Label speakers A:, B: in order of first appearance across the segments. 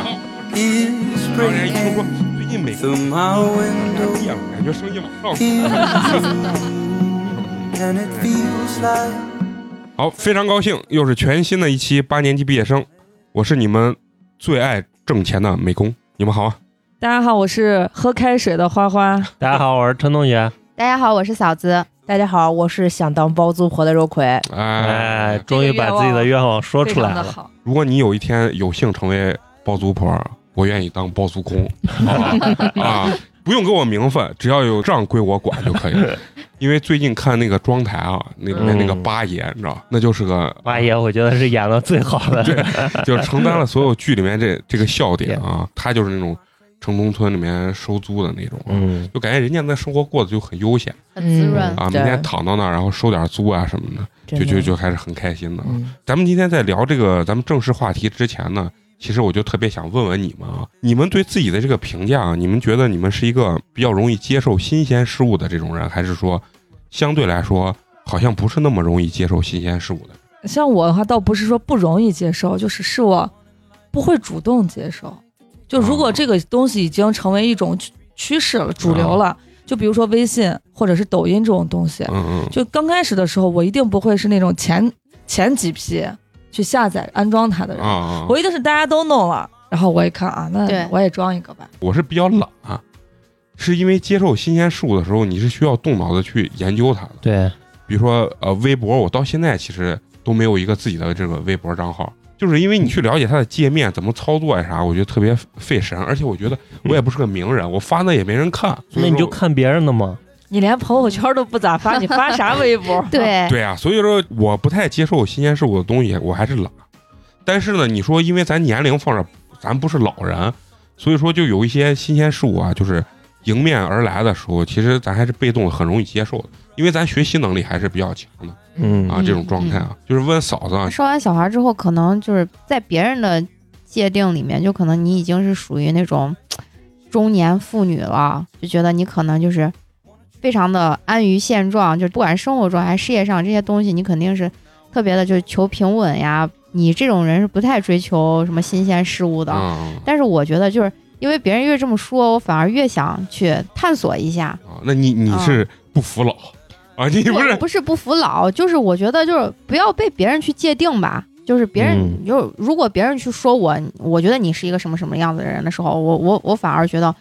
A: 然后人哎家一听说最近美国
B: Through my
A: 毕业
B: window
A: 感觉生意往上。
B: in and it feels like
A: 好，非常高兴，又是全新的一期八年级毕业生，我是你们最爱挣钱的美工，你们好啊！
C: 大家好，我是喝开水的花花。
D: 大家好，我是陈同学。
E: 大家好，我是嫂子。
F: 大家好，我是想当包租婆的肉葵。
A: 哎
D: 哎，，终于把自己的愿望说
C: 非
D: 出
C: 常
D: 来
C: 的
D: 了。
C: 好，
A: 如果你有一天有幸成为包租婆，我愿意当包租公，好吧？啊，不用给我名分，只要有账归我管就可以 了。因为最近看那个妆台啊，那里面那个
D: 嗯
A: 八爷，你知道，那就是个
D: 八爷，我觉得是演的最好 的。
A: 就是承担了所有剧里面这这个笑点啊，他就是那种城中村里面收租的那种，
D: 嗯，
A: 就感觉人家那生活过得就很悠闲
E: 很滋润，
A: 啊，每
F: 嗯对
A: 天躺到那儿，然后收点租啊什么的，
F: 真
A: 就
F: 的
A: 就就还是很开心的。
F: 嗯
A: 咱们今天在聊这个咱们正式话题之前呢，其实我就特别想问问你们啊，你们对自己的这个评价啊，你们觉得你们是一个比较容易接受新鲜事物的这种人，还是说相对来说好像不是那么容易接受新鲜事物的？
C: 像我的话，倒不是说不容易接受，就是是我不会主动接受。就如
A: 哦
C: 果这个东西已经成为一种趋趋势了、主流了，就比如说微信或者是抖音这种东西，
A: 嗯嗯，
C: 就刚开始的时候，我一定不会是那种前前几批去下载安装它的人，
A: 啊啊，
C: 我一定是大家都弄了，然后我一看啊，
E: 对？
C: 那我也装一个吧。
A: 我是比较懒、啊是因为接受新鲜事物的时候，你是需要动脑子去研究它的。
D: 对，
A: 比如说，呃，微博，我到现在其实都没有一个自己的这个微博账号，就是因为你去了解它的界面怎么操作呀啥，我觉得特别费神，而且我觉得我也不是个名人，我发那也没人看，所以
D: 那你
A: 说
D: 就看别人的嘛。
C: 你连朋友圈都不咋发，你发啥微博
E: 对，
A: 对啊，所以说我不太接受新鲜事物的东西，我还是懒。但是呢，你说因为咱年龄放这儿，咱不是老人，所以说就有一些新鲜事物啊，就是迎面而来的时候，其实咱还是被动的，很容易接受的，因为咱学习能力还是比较强的
D: 嗯
A: 啊。这种状态啊，就是问嫂子啊，
E: 生完小孩之后，可能就是在别人的界定里面，就可能你已经是属于那种中年妇女了，就觉得你可能就是非常的安于现状，就是不管生活中还是事业上这些东西，你肯定是特别的，就是求平稳呀。你这种人是不太追求什么新鲜事物的。
A: 嗯
E: 但是我觉得，就是因为别人越这么说，我反而越想去探索一下。
A: 啊，那你你是不服老啊？你 不
E: 我
A: 是
E: 不是不服老，就是我觉得就是不要被别人去界定吧。就是别人，
D: 嗯
E: 就如果别人去说我，我觉得你是一个什么什么样子的人的时候，我我我反而觉得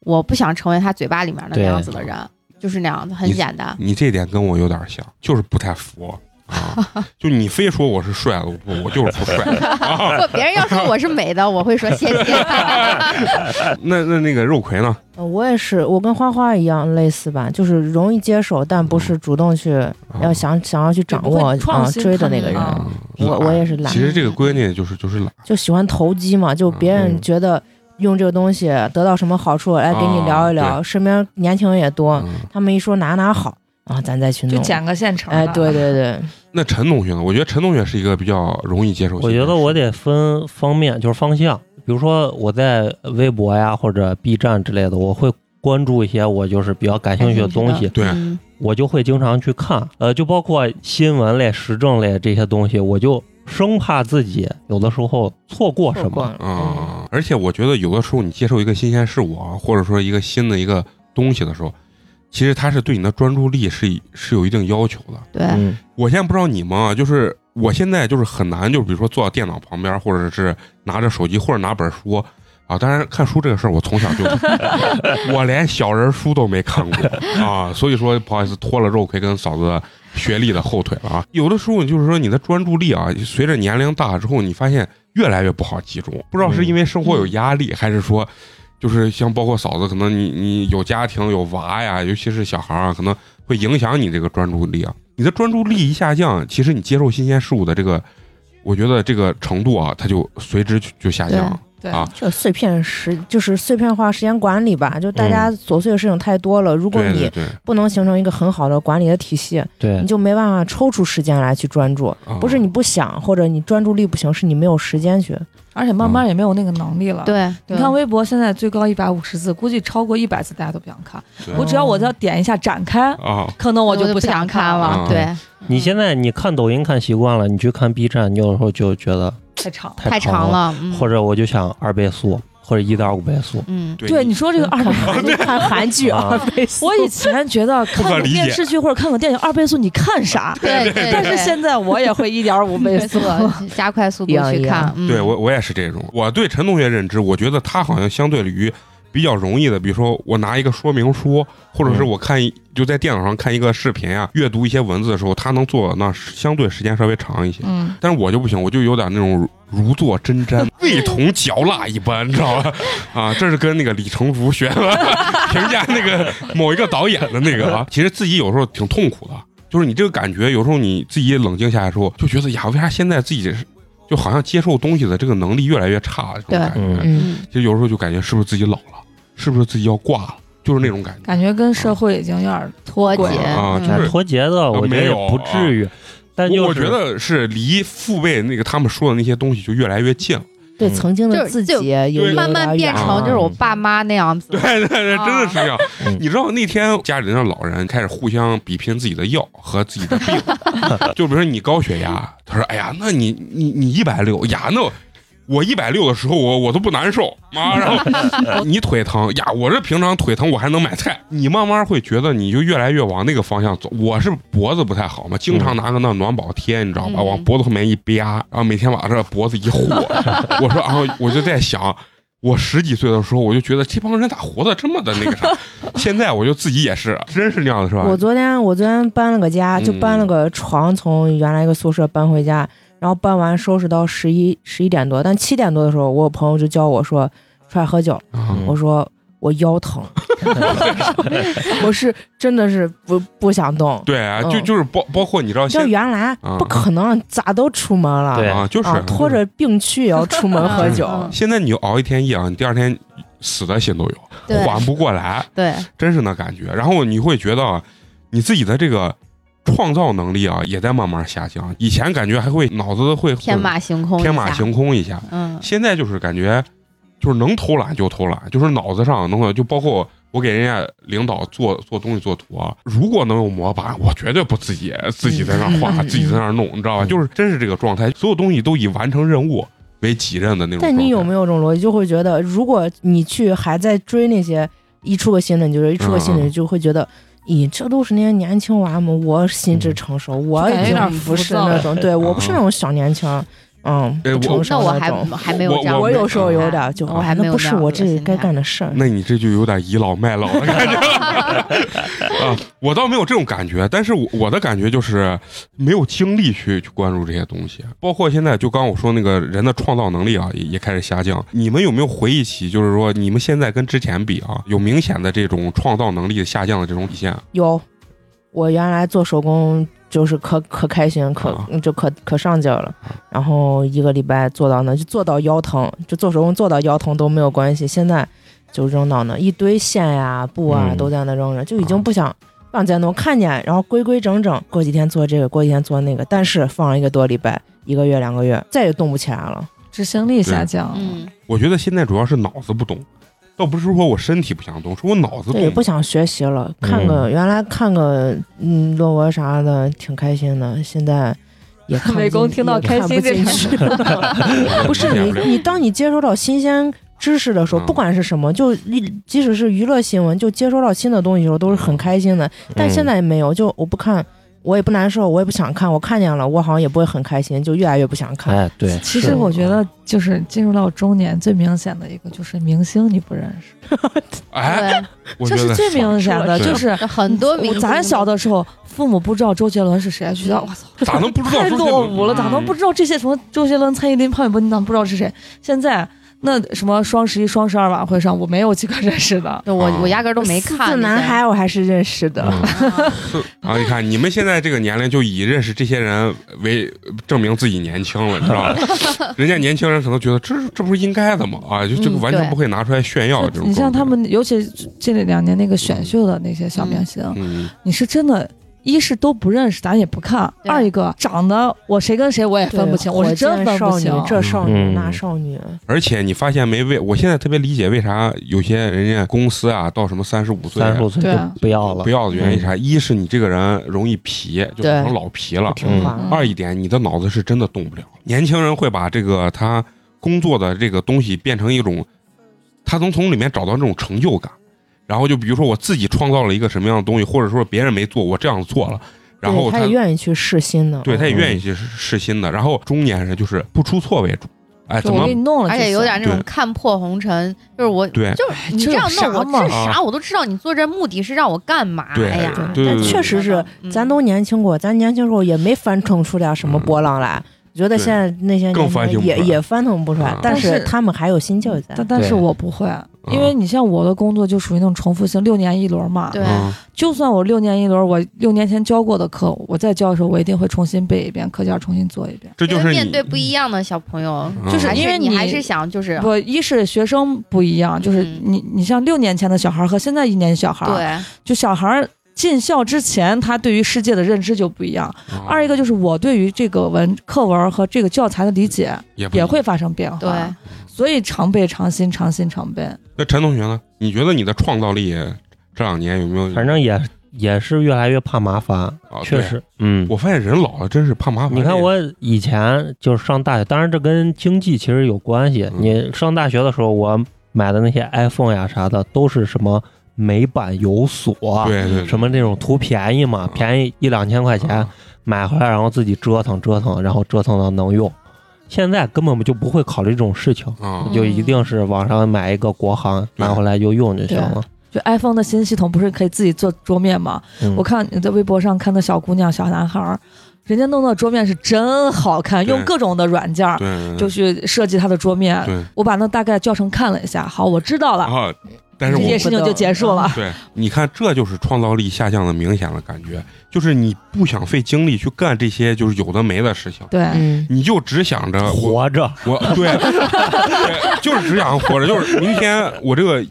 E: 我不想成为他嘴巴里面的那
D: 对
E: 样子的人，就是那样子，很简单。
A: 你这点跟我有点像，就是不太服。啊，就你非说我是帅的，我不，我就是不帅啊
D: 哦
E: 如。果别人要说我是美的，我会说谢谢。
A: 那那那个肉葵呢？
F: 呃 我也是，我跟花花一样类似吧，就是容易接受，但不是主动去
A: 啊嗯
F: 要想想要去掌
C: 也不
F: 握
C: 会创
F: 啊
C: 新
F: 追的那个人
C: 看。啊
F: 我
A: 懒
F: 我也是懒
A: 其，实这个闺女就是就是懒，
F: 就喜欢投机嘛，就别人
D: 嗯
F: 觉得用这个东西得到什么好处，来给你
A: 啊
F: 聊一聊。身边年轻人也多，
A: 嗯
F: 他们一说哪哪好，啊，咱再去
C: 就
F: 弄。
C: 捡个现成的。
F: 哎，对对对，
A: 那陈同学呢？我觉得陈同学是一个比较容易接受。
D: 我觉得我得分方面，就是方向。比如说我在微博呀或者 B 站之类的，我会关注一些我就是比较感兴趣的东
E: 感兴趣
D: 西，啊
A: 对
E: 嗯
D: 我就会经常去看。呃，就包括新闻类、时政类这些东西，我就生怕自己有的时候错过什
F: 错过
D: 么。
F: 了嗯
A: 啊、而且我觉得有的时候你接受一个新鲜事物啊，或者说一个新的一个东西的时候，其实它是对你的专注力是是有一定要求的。
E: 对，
D: 嗯，
A: 我现在不知道你们啊，就是我现在就是很难，就是比如说坐到电脑旁边，或者是拿着手机，或者拿本书啊。当然，看书这个事儿，我从小就我连小人书都没看过啊，所以说不好意思，拖了肉葵跟嫂子学历的后腿了啊。有的时候就是说你的专注力啊，随着年龄大之后，你发现越来越不好集中，不知道是因为生活有压力，还是说。就是像包括嫂子，可能你你有家庭有娃呀，尤其是小孩儿啊，可能会影响你这个专注力啊。你的专注力一下降，其实你接受新鲜事物的这个，我觉得这个程度啊，它就随之就就下降了。
C: 对
A: 啊
F: 就碎片时，就是碎片化时间管理吧。就大家琐碎的事情太多了，如果
A: 对对
F: 你
A: 对，
F: 不能形成一个很好的管理的体系，
D: 对
F: 你，就没办法抽出时间来去专注。
A: 啊
F: 不是你不想，或者你专注力不行，是你没有时间去。
C: 而且慢慢也没有那个能力了。，
E: 对，
C: 你
E: 对
C: 看微博现在最高一百五十字，估计超过一百字大家都不想看。
A: 对
C: 我只要我要点一下展开，
A: 啊，
C: 可能
E: 我
C: 就
E: 不
C: 不
E: 想
C: 看
E: 看
A: 了
D: 啊
E: 了，对，
D: 你现在你看抖音看习惯了，你去看 B 站，你有时候就觉得
C: 太长。
D: 太
E: 太
D: 长
E: 长，了，嗯
D: 或者我就想二倍速或者一点五倍速。
E: 嗯，
C: 对你说这个二
F: 看
C: 百，
F: 韩看韩剧
D: 啊
F: 二倍速
C: 我以前觉得看
A: 可
C: 个
A: 理解
C: 电视剧或者看个电影二倍速，你看啥？
E: 对对对，
C: 但是现在我也会一点五倍
E: 倍
C: 速
E: 速加快速度
F: 一样一
E: 去
F: 样
E: 看，嗯
A: 对我我也是这种。我对陈同学认知，我觉得他好像相对于比较容易的，比如说我拿一个说明书，或者是
D: 嗯
A: 我看一就在电脑上看一个视频啊，阅读一些文字的时候，他能做那相对时间稍微长一些。
C: 嗯，
A: 但是我就不行，我就有点那种如坐针毡、味同嚼蜡一般，你知道吧？啊，这是跟那个李成儒学的评价那个某一个导演的那个啊，其实自己有时候挺痛苦的，就是你这个感觉，有时候你自己冷静下来之后，就觉得呀，为啥现在自己是就好像接受东西的这个能力越来越差了？这种感觉，
D: 嗯
E: 嗯，
A: 其实有时候就感觉是不是自己老了，是不是自己要挂了，就是那种感觉。
C: 感觉跟社会已经有点
E: 脱
C: 过
E: 节
A: 啊
E: 嗯
A: 就是
D: 哎脱节的，我觉
A: 没
D: 得也
A: 有啊
D: 不至于，但就是
A: 我觉得是离父辈那个他们说的那些东西就越来越近了。
F: 对
D: 嗯
F: 曾经的自己
E: 就是
F: 有
A: 对
F: 有
E: 慢慢
F: 点
E: 变
F: 远啊
E: 成
F: 了
E: 就是我爸妈那样子哦
A: 对，对对，真的是这样
D: 嗯。
A: 你知道那天家里人的老人开始互相比拼自己的药和自己的病， 就比如说你高血压，他说：“哎呀，那你你你一百六呀，那我一百六的时候我我都不难受，妈，然 后你腿疼呀，我这平常腿疼我还能买菜。”你慢慢会觉得你就越来越往那个方向走。我是脖子不太好嘛，经常拿个那暖宝贴，你知道吧，
E: 嗯
A: 往脖子后面一啪，然后每天把这脖子一 和。我说，然后我就在想。我十几岁的时候，我就觉得这帮人咋活得这么的那个啥？现在我就自己也是，真是那样的是吧？
F: 我昨天我昨天搬了个家，就搬了个床，从原来一个宿舍搬回家，然后搬完收拾到十一十一点多，但七点多的时候，我有朋友就叫我说出来喝酒，
A: 啊
D: 嗯
F: 我说我腰 疼，我是真的是不不想动，
A: 对啊，就
F: 嗯
A: 就是包包括你知道
F: 就
A: 现
F: 原来
A: 啊
F: 不可能咋都出门了，
D: 对
A: 啊，就是
F: 啊，拖着病去也要出门喝酒，
E: 嗯
A: 现在你就熬一天夜啊，你第二天死的心都有，
E: 对
A: 缓不过来，
E: 对，
A: 真是那感觉。然后你会觉得啊你自己的这个创造能力啊，也在慢慢下降。以前感觉还会脑子会
E: 天马行空，
A: 天马，行空一下，
E: 嗯，
A: 现在就是感觉就是能偷懒就偷懒，就是脑子上能够就包括我给人家领导做做东西做图啊，如果能有模板，我绝对不自己自己在那儿画，
F: 嗯嗯
A: 自己在那儿弄，你知道吧？
D: 嗯
A: 就是真是这个状态，所有东西都以完成任务为己任的那种状态。
F: 但你有没
A: 有？
F: 有这种逻辑，就会觉得，如果你去还在追那些一出个新的，你就是一出个新
A: 嗯
F: 的，
A: 嗯
F: 你就会觉得，咦，这都是那些年轻娃们，我心智成熟，我
C: 感觉
F: 已
C: 有点
F: 经不是
C: 浮躁
F: 那 种，对我不是
A: 嗯
F: 那种小年轻儿，嗯，
A: 哎
F: 不成
A: 我
F: 熟
E: 那我
F: 那
E: 还
F: 种。
E: 还没有
A: 我
E: 这样
A: 我
E: 子，
F: 我
A: 没
F: 有时候有点就，
E: 我还
F: 哎
E: 没
F: 那
E: 有
F: 不是
E: 那样
F: 我
E: 子
F: 这
E: 的
F: 个
E: 心
F: 该
E: 态
F: 干的事儿。
A: 那你这就有点倚老卖老的感觉 了啊！我倒没有这种感觉，但是我我的感觉就是没有精力去去关注这些东西，包括现在就刚我说那个人的创造能力啊，也也开始下降。你们有没有回忆起，就是说你们现在跟之前比啊，有明显的这种创造能力下降的这种体现？啊
F: 有，我原来做手工就是可可开心，可
A: 啊
F: 就可可上劲儿了。然后一个礼拜做到那，就做到腰疼，就做手工做到腰疼都没有关系。现在就扔到那一堆线呀、布啊
D: 嗯
F: 都在那扔着，就已经
A: 啊
F: 不想。不想再弄，看见然后规规整整，过几天做这个，过几天做那个，但是放了一个多礼拜，一个月两个月，再也动不起来了。
C: 执行力下降。
E: 嗯，
A: 我觉得现在主要是脑子不动，倒不是说我身体不想动，是我脑子
F: 对，也
A: 动
F: 不想学习了。
A: 嗯
F: 看个、原来看个嗯论文啥的挺开心的，现在 也看
C: 美
F: 不
C: 工
F: 进
C: 听到
F: 也
C: 开
F: 看
C: 心
F: 不
C: 这
F: 进
C: 两
F: 去
A: 不
F: 不是你你当你接收到新鲜知识的时候，
A: 嗯
F: 不管是什么，就一即使是娱乐新闻，就接收到新的东西的时候都是很开心
A: 嗯
F: 的。但现在也没有，就我不看。我也不难受，我也不想看，我看见了，我好像也不会很开心，就越来越不想看。
D: 哎，对，
C: 其
D: 是
C: 实我觉得，就是进入到中年最明显的一个就是明星你不认识，
A: 哎，
E: 对，
A: 我觉
C: 这
A: 得
C: 是最明显的，
A: 对
C: 就是
E: 这很多
C: 嗯我
E: 明
C: 咱
E: 星
C: 小的时候，父母不知道周杰伦是谁，就觉得
F: 嗯
C: 我操，
A: 咋能不知道
C: 太
A: 周杰伦嗯
C: 落伍了，咋能不知道这些什么周杰伦、蔡依林、潘玮柏，你咋不知道是谁？现在那什么双十一、双十二晚会上，我没有几个认识的。
E: 就我
A: 啊
E: 我压根儿都没
F: 四
E: 看
F: 字
E: 那些
F: 男孩哎我还是认识的，
A: 嗯
E: 啊
A: 啊，你看你们现在这个年龄就以认识这些人为证明自己年轻了，你知道 吗？人家年轻人可能觉得这这不是应该的吗？啊，就这个
E: 嗯
A: 完全
E: 对
A: 不会拿出来炫耀的这
C: 就
A: 种。
C: 你像他，们，尤其这两年那个选秀的那些小明星，
A: 嗯，
C: 你是真的。一是都不认识，咱也不看；
E: 对
C: 二一个长得我谁跟谁我也分不清，我是真分不
F: 少女
C: 清。
F: 这少女
D: 嗯
F: 那少女，
A: 而且你发现没为，我现在特别理解为啥有些人家公司啊，到什么三十五岁
D: 三十五岁
C: 对
D: 就
C: 啊
D: 不要了嗯
A: 不，要的原因是啥？一是你这个人容易皮，就
E: 对
A: 成老皮了
F: 不；听话。
C: 嗯
A: 二一点，你的脑子是真的动不了。年轻人会把这个他工作的这个东西变成一种，他能从里面找到这种成就感。然后就比如说我自己创造了一个什么样的东西，或者说别人没做，我这样做了，然后
F: 对他也愿意去试新的，
A: 对他也
D: 嗯
A: 愿意去试试新的。然后中年人就是不出错为主，哎，
C: 就
A: 怎
C: 我
A: 么
C: 给你弄了就
E: 而
C: 行，
E: 且有点那种
A: 对
E: 看破红尘，就是我
A: 对
E: 就是你
C: 这
E: 这样
C: 有
E: 弄我
C: 啥嘛
E: 这啥我都知道，你做这目的是让我干嘛
A: 对
E: 呀？
A: 对
F: 但
A: 对
F: 确实是，
E: 嗯
F: 咱都年轻过，咱年轻时候也没翻腾出点什么波浪来。觉得
A: 对
F: 现在那些
A: 更
F: 年轻
A: 翻
F: 人
A: 腾不
F: 也
A: 出来
F: 也翻腾不出来
A: 啊，
F: 但
C: 但
F: 是
C: 是
F: 他们还有新旧在。
C: 但但是
D: 对
C: 我不会，
A: 嗯
C: 因为你像我的工作就属于那种重复性，六年一轮嘛。
E: 对
A: 嗯
C: 就算我六年一轮，我六年前教过的课，我再教的时候，我一定会重新背一遍课件，重新做一遍。
A: 这就
E: 因
A: 是
E: 为
A: 你
E: 面对不一样的小朋友，
A: 嗯
C: 就是
E: 还
C: 因为
E: 你
C: 你
E: 还是想就是啊
C: 不，一是学生不一样，就是
E: 嗯
C: 你你像六年前的小孩儿和现在一年级小孩儿，
E: 对
C: 就小孩儿进校之前，他对于世界的认知就不一样。
A: 嗯
C: 二一个就是我对于这个文课文和这个教材的理解
A: 也不一
C: 也
A: 样
C: 会发生变
E: 对
C: 化，所以常备常新，常新常备。
A: 那陈同学呢？你觉得你的创造力这两年有没有？
D: 反正也也是越来越怕麻烦，
A: 啊
D: 确，
A: 对
D: 实，嗯。
A: 我发现人老了真是怕麻烦。
D: 你看我以前就是上大学，当然这跟经济其实有关系。
A: 嗯
D: 你上大学的时候，我买的那些 iPhone 呀啥的，都是什么美版有锁，
A: 对对对
D: 什么那种图便宜嘛，
A: 啊
D: 便宜一两千块钱
A: 啊
D: 买回来，然后自己折腾折腾，然后折腾到能用。现在根本就不会考虑这种事情，
A: 啊
D: 就一定是网上买一个国行，
A: 对
D: 拿回来就用就行了。
C: 就 iPhone 的新系统不是可以自己做桌面吗？
D: 嗯
C: 我看你在微博上看那小姑娘、小男孩儿，人家弄的桌面是真好看，
A: 对
C: 用各种的软件儿
A: 对，对
C: 就去设计他的桌面。
A: 对。
C: 我把那大概教程看了一下，好，我知道
A: 然
C: 了，
A: 后，但是
C: 这
A: 我啊
C: 件事情就结束了。
A: 对，你看这就是创造力下降的明显的感觉，就是你不想费精力去干这些就是有的没的事情，
C: 对，
F: 嗯，
A: 你就只想着啊我
D: 活 着，
A: 我对对，就是只想活着，就是明天我这个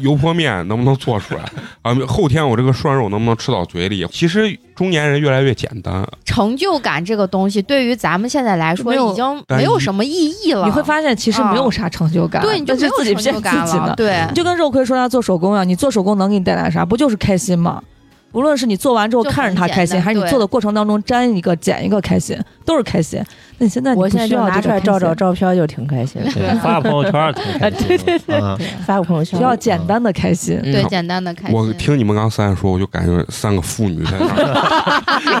A: 油泼面能不能做出来啊？后天我这个涮肉能不能吃到嘴里？其实中年人越来越简单，
E: 成就感这个东西，对于咱们现在来说
C: 没有
E: 已经没有什么意义了。
C: 你会发现其实没有啥成就感，
E: 对，你就没
C: 那是
E: 有
C: 自己
E: 成
C: 骗
E: 就
C: 自
E: 感
C: 己
E: 了。
C: 的。
E: 对
C: 你，就跟肉葵说他做手工一样，你做手工能给你带来啥？不就是开心吗？无论是你做完之后
E: 就很
C: 看着他开
E: 简
C: 心，
E: 单
C: 还是你
E: 对
C: 做的过程当中沾一个捡一个开心，都是开心。那你现在你
F: 我
C: 不
F: 现在
C: 需
F: 就
C: 要
F: 拿
C: 这
F: 出
C: 种
F: 来照
C: 开
F: 照
C: 心
F: 照片就挺开心，
D: 对，发个朋友圈儿挺开心的。 对对对啊，
F: 发个朋友圈
C: 只。要简单的开心。
E: 对，
A: 嗯
E: 简单的开心。
A: 我听你们刚三说，我就感觉三个妇女在那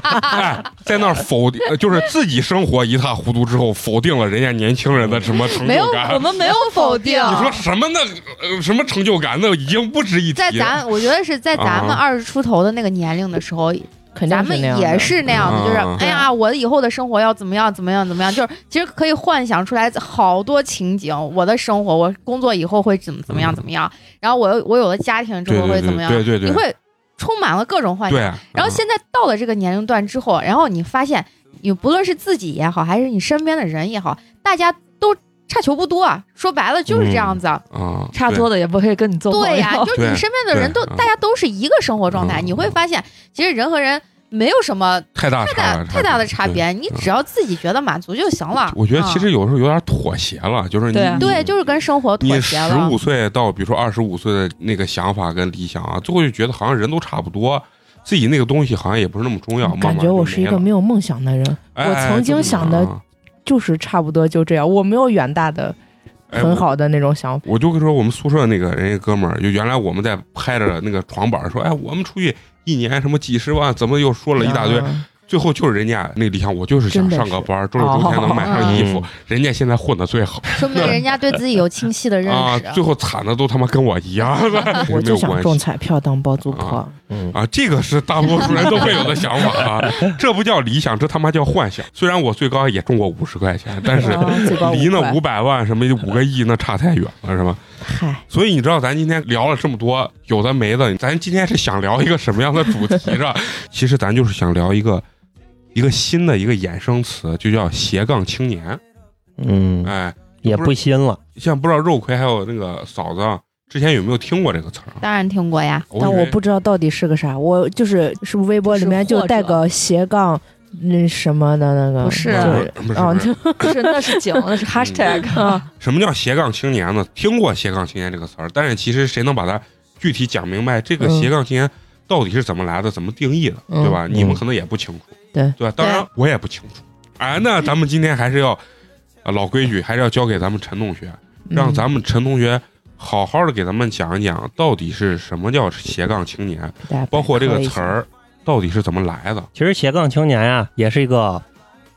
A: 儿，哎，在那儿否定，呃就是自己生活一塌糊涂之后，否定了人家年轻人的什么成
C: 没有
A: 就，
C: 我
A: 感。
C: 们没有否定。
A: 你说什么那、呃什么成就感，那已经不值一提。
E: 在咱，我觉得是在咱们
A: 啊
E: 二十出头的那个年龄的时候，
F: 肯定
E: 咱
F: 是
E: 们
F: 那样的
E: 也是那样的，
A: 嗯
E: 就是
A: 嗯
E: 哎呀，我以后的生活要怎么样，怎么样，怎么样，就是其实可以幻想出来好多情景。我的生活，我工作以后会怎么怎么样，
A: 嗯
E: 怎么样，然后我又我有了家庭之
A: 对
E: 后
A: 对
E: 会怎么
A: 对
E: 样，
A: 对对对，
E: 你会充满了各种幻想
A: 对。。
E: 然后
A: 嗯
E: 现在到了这个年龄段之后，然后你发现，你不论是自己也好，还是你身边的人也好，大家都差球不多啊。说白了就是这样子。
A: 啊，
C: 差不多的也不会跟你做朋友。
E: 对呀、 就是
A: 对
E: 你身边的人都，
A: 对嗯
E: 大家都是一个生活状态，
A: 嗯
E: 你会发现，其实人和人没有什么
A: 对太大
E: 太
A: 差
E: 大
A: 了
E: 太大的差。
A: 对
E: 别，你只要自己觉得满足就行了。
A: 我觉得其
E: 嗯、
A: 实有时候有点妥协了，就是你
C: 对
A: 你
E: 对，啊就是跟生活妥
A: 你
E: 协
A: 十
E: 了
A: 五。岁到比如说二十五岁的那个想法跟理想啊，最后就觉得好像人都差不多，自己那个东西好像也不是那么重要。慢
F: 感
A: 慢
F: 觉
A: 就
F: 我
A: 没
F: 是一个
A: 了
F: 没有梦想的人，
A: 哎啊
F: 我曾经想的就是差不多就这样，我没有远大的、
A: 哎
F: 很好的那种想法。
A: 我就跟说我们宿舍那个人家哥们儿，就原来我们在拍着那个床板儿说，哎，我们出去一年什么几十万，怎么又说了一大堆。
F: 啊
A: 最后就是人家那理想，我就是想
F: 真的哦嗯
A: 上个班儿，周六周天能买上衣服
D: 哦。
A: 人家现在混的最好
E: 说明人家对自己有清晰的认
A: 啊
E: 识，。
A: 最后惨的都他妈跟我一样了，
F: 我
A: 没
F: 就
A: 有
F: 想
A: 关
F: 中
A: 系
F: 彩票当包租婆。
D: 嗯
A: 啊。这个是大多数人都会有的想法 啊，这不叫理想，这他妈叫幻想。虽然我最高也中过五十块钱，但是
F: 啊最高
A: 离那
F: 块
A: 五百万什么五个亿那差太远了，是吧？
F: 嗨，
A: 所以你知道咱今天聊了这么多有的没的，咱今天是想聊一个什么样的主题是吧？ 其实咱就是想聊一个一个新的一个衍生词，就叫斜杠青年。
D: 嗯，
A: 哎，
D: 也不新了，
A: 像不知道肉葵还有那个嫂子啊之前有没有听过这个词儿啊？
E: 当然听过呀，
A: 以为
F: 但我不知道到底是个啥，我就是是不是微博里面就带个斜杠那什么的那个，
C: 不是
F: 就是
A: 不是
F: 哦，
A: 不是
F: 就是
C: 那是 井，那是 hashtag 啊，
A: 什么叫斜杠青年呢？听过斜杠青年这个词儿，但是其实谁能把它具体讲明白？这个
F: 嗯
A: 斜杠青年到底是怎么来的，怎么定义的，
F: 嗯
A: 对吧？你们
D: 嗯
A: 可能也不清楚，
F: 对
A: 对吧？当然我也不清楚。哎，那咱们今天还是要、呃老规矩，还是要交给咱们陈同学，
F: 嗯
A: 让咱们陈同学好好的给咱们讲一讲，到底是什么叫斜杠青年，包括这个词，
F: 嗯
A: 儿到底是怎么来的。
D: 其实斜杠青年呀、也是一个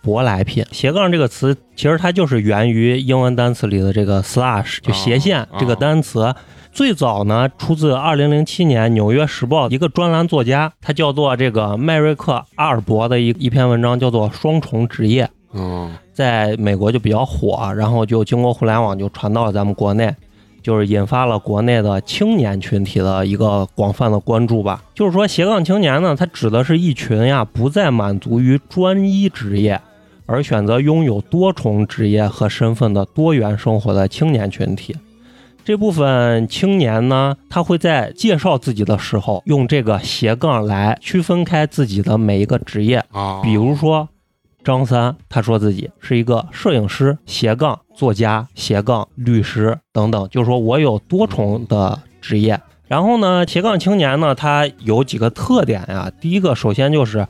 D: 舶来品。斜杠这个词，其实它就是源于英文单词里的这个 slash，就斜线、
A: 哦
D: 这个单词。最早呢，出自2007年《纽约时报》一个专栏作家，他叫做这个迈瑞克·阿尔伯的一一篇文章，叫做《双重职业》。
A: 嗯，
D: 在美国就比较火，然后就经过互联网就传到了咱们国内，就是引发了国内的青年群体的一个广泛的关注吧。就是说，斜杠青年呢，它指的是一群呀不再满足于专一职业，而选择拥有多重职业和身份的多元生活的青年群体。这部分青年呢，他会在介绍自己的时候，用这个斜杠来区分开自己的每一个职业，
A: 啊，
D: 比如说张三，他说自己是一个摄影师斜杠作家斜杠律师等等，就是说我有多重的职业。然后呢，斜杠青年呢，他有几个特点呀、第一个，首先就是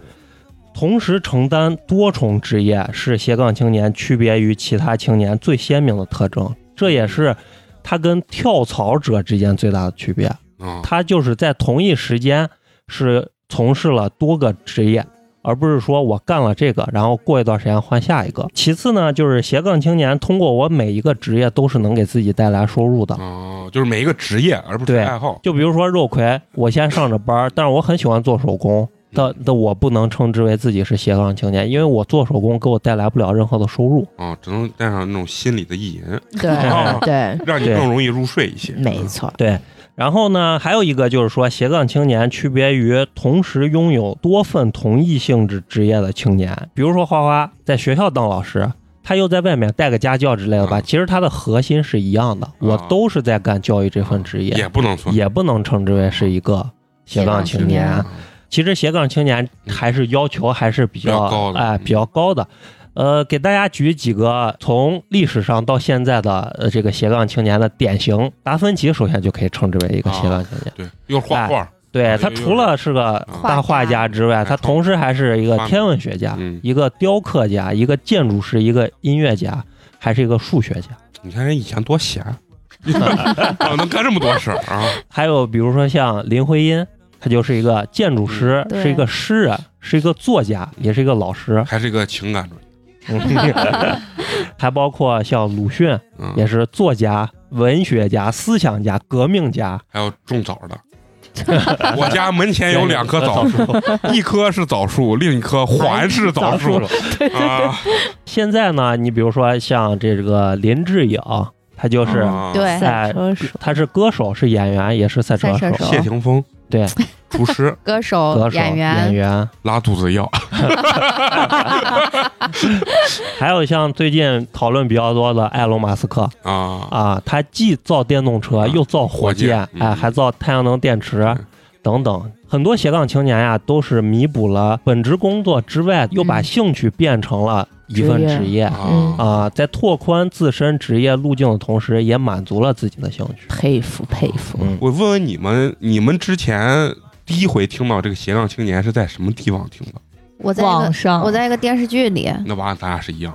D: 同时承担多重职业，是斜杠青年区别于其他青年最鲜明的特征。这也是他跟跳槽者之间最大的区别。
A: 啊，
D: 他就是在同一时间是从事了多个职业，而不是说我干了这个，然后过一段时间换下一个。其次呢，就是斜杠青年通过我每一个职业都是能给自己带来收入的。
A: 哦，就是每一个职业，而不是
D: 对
A: 爱好。
D: 就比如说肉葵，我先上着班儿，但是我很喜欢做手工，
A: 嗯
D: 但但我不能称之为自己是斜杠青年，因为我做手工给我带来不了任何的收入。
A: 啊，只能带上那种心理的意淫，
F: 对
A: 啊
F: 对，
A: 让你
D: 对
A: 更容易入睡一些。
F: 没错，
D: 对，然后呢，还有一个就是说，斜杠青年区别于同时拥有多份同一性质职业的青年，比如说花花在学校当老师，他又在外面带个家教之类的吧，
A: 嗯
D: 其实他的核心是一样的，我
A: 啊
D: 都是在干教育这份职业，
A: 也不能算嗯
D: 也不能称之为是一个斜杠青
E: 斜杠青
D: 年
E: 年。
D: 其实斜杠青年还是要求还是比较
A: 比较高的
D: 哎
A: 嗯
D: 比较高的。呃，给大家举几个从历史上到现在的呃这个斜杠青年的典型，达芬奇首先就可以称之为一个
A: 啊
D: 斜杠青年。
A: 对，又是画画，
D: 对
A: 哎
D: 他除了是个
A: 啊
D: 大画家之外，他同时还是一个天文学家、
A: 嗯，
D: 一个雕刻家、一个建筑师、一个音乐家，还是一个数学 家。
A: 你看人以前多闲，啊，能干这么多事儿啊！
D: 还有比如说像林徽因，她就是一个建筑师，
E: 嗯
D: 是一个诗人，是一个作家，也是一个老师。
A: 还是一个情感专业，
D: 嗯 还包括像鲁迅，
A: 嗯，
D: 也是作家、文学家、思想家、革命家。
A: 还有种枣的。我家门前哎有两 棵枣
D: 枣
A: 树，
D: 树，
A: 一棵是枣树，另一棵还是枣 树啊！
D: 现在呢，你比如说像这个林志颖，他就是、
A: 啊
E: 对，
F: 赛车手
D: 他是歌手，是演员，也是赛车
E: 赛车手
A: 谢霆锋，
D: 对，
A: 厨师
E: 歌手
D: 歌、手、
E: 演
D: 演
E: 员，
D: 员，
A: 拉肚子药，
D: 还有像最近讨论比较多的埃隆·马斯克
A: 啊
D: 啊，他既造电动车，
A: 嗯
D: 又造火箭
A: 火，箭嗯
D: 哎，还造太阳能电池
A: 嗯
D: 等等。很多斜杠青年呀，都是弥补了本职工作之外，又把
E: 嗯
D: 兴趣变成了一份
F: 职业
D: 职业。
F: 嗯
A: 啊！
D: 啊，在拓宽自身职业路径的同时，也满足了自己的兴趣。
F: 佩服佩服。
D: 嗯，
A: 我问问你们，你们之前第一回听到这个斜杠青年是在什么地方听的？
E: 我在一
C: 网
E: 个
C: 上
E: 我在一个电视剧里，
A: 啊那完了，咱俩是一样，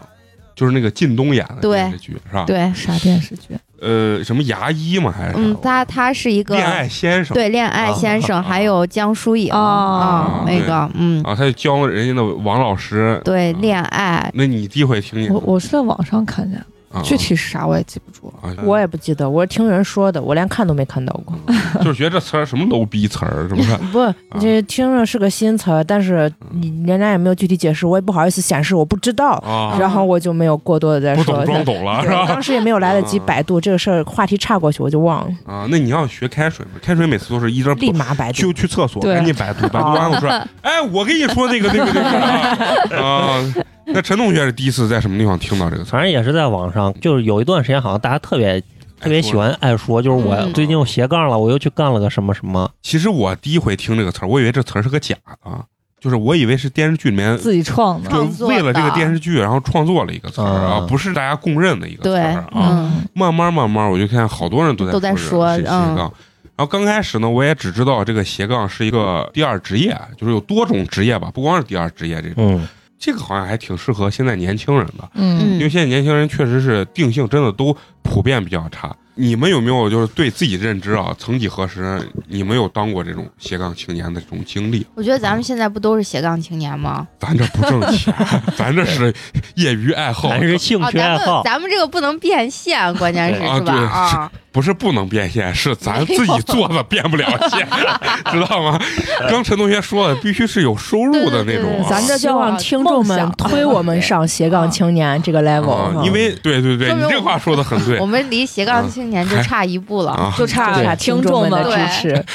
A: 就是那个靳东演的
E: 对
A: 电视剧是吧？
E: 对，
C: 啥电视剧？
A: 呃什么牙医嘛，还是
E: 嗯，他他是一个
A: 哎恋爱先生
E: 对恋爱先生，
D: 啊
E: 还有江疏影
C: 啊
E: 啊，那个嗯，
A: 啊？他就啊教人家的王老师。
E: 对恋爱，
A: 那你第一回听见
C: 我我是在网上看见的，
A: 啊
C: 具体是啥我也记不住了。
A: 啊，
F: 我也不记得，我是听人说的，我连看都没看到过。
A: 就是觉得这词儿什么 low 逼词儿，是不是？
F: 不，这听着是个新词儿，但是
A: 嗯
F: 你人家也没有具体解释，我也不好意思显示我不知道，
A: 啊，
F: 然后我就没有过多的再
A: 不
F: 说
A: 懂装
F: 了。
A: 懂了是
F: 对
A: 吧？
F: 当时也没有来 得及
A: 啊
F: 百度这个事儿，话题岔过去我就忘了，
A: 啊，那你要学开水吗？开水每次都是一直
F: 立马百度
A: 就。去厕所，
C: 对
A: 赶紧百度，百度完了我说，哎，我跟你说那个那个那个啊，啊那陈同学是第一次在什么地方听到这个词儿？
D: 反正也是在网上，就是有一段时间好像大家特别特别喜欢爱说，就是我
E: 嗯
D: 最近又斜杠了，我又去干了个什么什么。
A: 其实我第一回听这个词儿，我以为这词儿是个假的，就是我以为是电视剧里面
C: 自己创的，
A: 就
E: 创作的
A: 为了这个电视剧，然后创作了一个词儿啊，
D: 啊
A: 不是大家公认的一个词
E: 对
A: 儿啊。
E: 嗯
A: 慢慢慢慢，我就看好多人都在
E: 都在
A: 说这个斜
E: 说嗯
A: 斜杠。然后刚开始呢，我也只知道这个斜杠是一个第二职业，就是有多种职业吧，不光是第二职业这种。
D: 嗯，
A: 这个好像还挺适合现在年轻人的，
C: 嗯
A: 因为现在年轻人确实是定性真的都普遍比较差。你们有没有就是对自己认知啊？曾几何时，你们有当过这种斜杠青年的这种经历？
E: 我觉得咱们现在不都是斜杠青年吗？
A: 咱这不挣钱， 咱这是业余爱好，
D: 还是兴
E: 啊，
D: 趣
E: 咱
D: 爱
E: 们
D: 好。
E: 咱们这个不能变现，关键是
A: 对啊
E: 是吧？
A: 对
E: 啊，
A: 不是不能变现， 是咱自
E: 没
A: 己
E: 有
A: 做的变不了 现，知道吗？刚陈同学说了，必须是有收入的那种、啊，
F: 咱这就让听众们推我们上斜杠青年这个 level，、
A: 啊，因为对对对，
E: 说
A: 你
E: 明
A: 这话说的很对
E: 我们离斜杠青年就差一步了。
A: 啊！
C: 就
F: 嗯就
C: 差
F: 差
C: 听
F: 听
C: 众
F: 众们
C: 们的
F: 的
E: 对
F: 支持。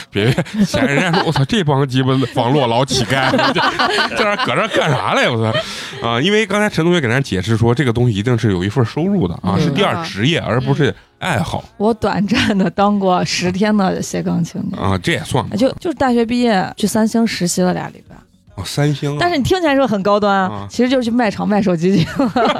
A: 别嫌人家说，我操，这帮鸡巴网络老乞丐，在这儿搁这儿干啥嘞？我操！啊，因为刚才陈同学给咱解释说，这个东西一定是有一份收入的啊，
F: 嗯
A: 是第二职业，而不是爱好
C: 我短暂的当过十天的斜杠青年，
A: 啊，这也算吗？
C: 就就是大学毕业去三星实习了俩礼拜。
A: 哦三星啊，
C: 但是你听起来是不是很高端
A: 啊
C: 啊？其实就是去卖场卖手 机去，就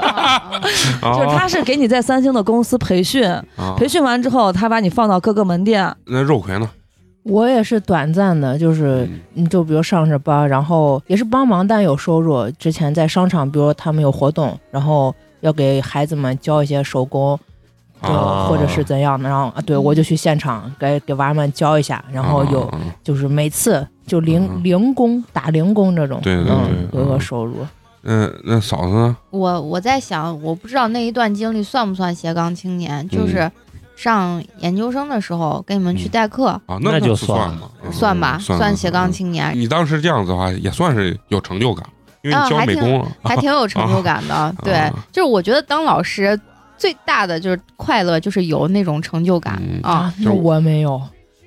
C: 是
A: 啊
C: 他是给你在三星的公司培训，
A: 啊
C: 培训完之后他把你放到各个门 店，
A: 那肉葵呢？
F: 我也是短暂的，就是
A: 嗯
F: 你就比如上着班，然后也是帮忙，但有收入。之前在商场，比如他们有活动，然后要给孩子们教一些手工，对
A: 啊，
F: 或者是怎样的，然后啊，对我就去现场给给娃们教一下，然后有
A: 啊啊啊
F: 就是每次就零
A: 嗯
F: 零工打零工这种，
A: 对对
F: 嗯
A: 对
F: 有
A: 嗯
F: 个收入。
A: 嗯，那嫂子呢？
E: 我我在想，我不知道那一段经历算不算斜杠青年，
A: 嗯
E: 就是上研究生的时候跟你们去代课，
A: 啊，
D: 那
A: 那
D: 就
A: 算
D: 算
A: 了，
E: 算吧，
A: 嗯算
E: 斜杠
A: 青。
E: 青年，
A: 你当时这样子的话，也算是有成就感，因为你
E: 啊
A: 教
E: 还
A: 美
E: 挺
A: 工了，
E: 还挺有成就感的。
A: 啊
E: 对，就是我觉得当老师最大的就是快乐，就是有那种成就感、
A: 嗯
E: 啊。
A: 就
F: 那
A: 是
F: 我没有。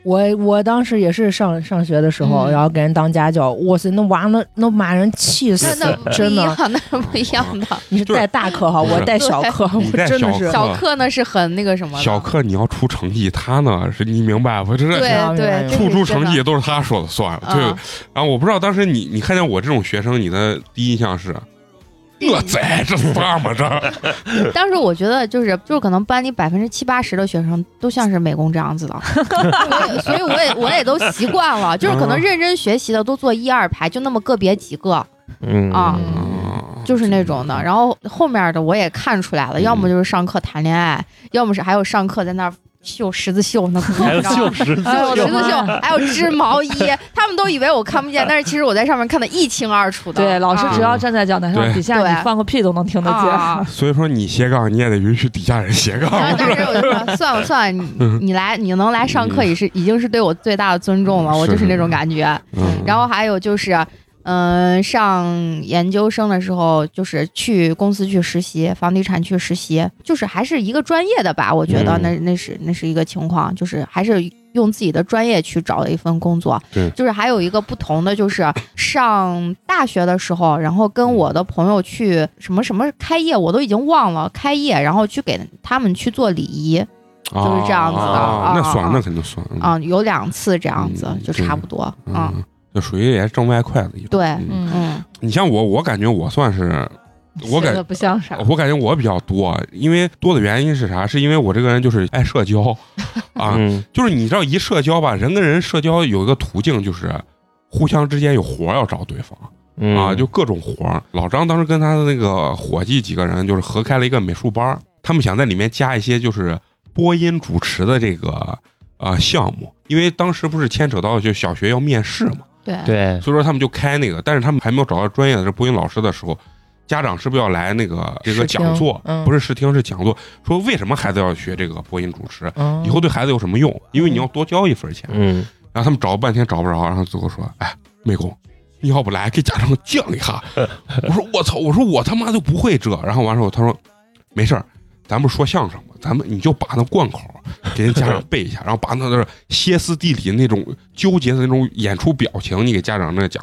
F: 我我当时也是上上学的时候，
E: 嗯
F: 然后给人当家教，哇塞，那娃那那把人气
E: 那
F: 死，
E: 那不
F: 真
E: 一
F: 的。
E: 样，那不一样的。
F: 你是
A: 就是
F: 带大课哈，
A: 不是
F: 我带小课，
A: 你
F: 我
A: 带
F: 真的
A: 小
F: 是
A: 课
E: 小课呢是很那个什么的，
A: 小克你要出成绩，他呢是你明白不？这
E: 对
A: 是
F: 明白
E: 对，
F: 明
E: 这
F: 白
A: 处
E: 是
A: 出
E: 真
A: 成
E: 的
A: 绩都是他说了算了，对。
E: 啊
A: 然后我不知道当时你你看见我这种学生，你的第一印象是。
E: 第一
A: 这崽这啥嘛这？
E: 当时我觉得就是就是可能班里百分之七八十的学生都像是美工这样 子的，所以所以我也我也都习惯了，就是
A: 嗯
E: 可能认真学习的都坐一二排，就那么个别几个
D: 嗯
E: 啊
A: 嗯
E: 就是嗯那种的。然后后面的我也看出来了，要么就是上课谈恋爱，要么是还有上课在那儿绣十字绣 呢，
D: 还有
E: 你知道吗
D: 秀石，
E: 还有十字
C: 有
E: 绣，还有织毛衣，他们都以为我看不见，但是其实我在上面看得一清二楚的。
C: 对，老师
E: 啊
C: 只要站在讲台上
A: 对
C: 底下，
E: 对
C: 你放个屁都能听得见。
E: 啊
A: 所以说你斜杠，你也得允许底下人斜杠。 嗯
E: 然后当时我就说，算了算了， 你你来，你能来上课也是已经是对我最大的尊重了，
A: 嗯
E: 我就是是那
A: 是
E: 种感觉。
A: 嗯
E: 然后还有就是，嗯、上研究生的时候，就是去公司去实习，房地产去实习，就是还是一个专业的吧，我觉得
D: 嗯
E: 那那是那是一个情况，就是还是用自己的专业去找了一份工作。
A: 对
E: 就是还有一个不同的，就是上大学的时候，然后跟我的朋友去什么什么开业，我都已经忘了开业，然后去给他们去做礼仪就是这样子的
A: 啊
E: 啊
A: 那算
E: 啊，
A: 那肯定算。
E: 啊、有两次这样子，
A: 嗯
E: 就
A: 对
E: 差不多，嗯，
A: 嗯，就属于也是挣外快的一种。
E: 对，
A: 嗯
C: 嗯，
E: 嗯
A: 你像我，我感觉我算是，嗯我感
C: 觉得不像啥。
A: 我感觉我比较多，因为多的原因是啥？是因为我这个人就是爱社 交啊，
D: 嗯，
A: 就是你知道一社交吧，人跟人社交有一个途径就是。互相之间有活儿要找对方、
D: 嗯
A: 啊，就各种活儿。老张当时跟他的那个伙计几个人就是合开了一个美术班儿，他们想在里面加一些就是播音主持的这个呃项目，因为当时不是牵扯到就小学要面试嘛，
E: 对
D: 对，
A: 所以说他们就开那个，但是他们还没有找到专业的这播音老师的时候，家长是不是要来那个这个
F: 试听
A: 讲座？
F: 嗯
A: 不是试听，是讲座，说为什么孩子要学这个播音主持，
F: 嗯
A: 以后对孩子有什么用？因为你要多交一份钱。
D: 嗯，
A: 然后他们找半天找不着，然后最后说：“哎，妹工，你要不来给家长犟一下？”我说：“我操！我说我他妈就不会这。”然后完之后他说：“没事儿，咱不是说相声吗？咱们你就把那贯口给人家长背一下，然后把那那歇斯底里那种纠结的那种演出表情，你给家长那讲。”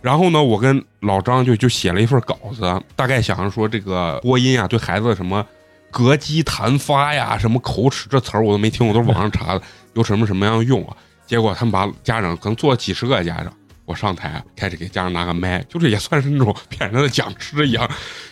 A: 然后呢，我跟老张就就写了一份稿子，大概想着说这个播音啊，对孩子什么膈肌弹发呀、什么口齿这词儿我都没听过，都是网上查的，有什么什么样用啊？结果他们把家长可能坐了几十个家长，我上台开始给家长拿个麦，就是也算是那种骗人的讲师一样，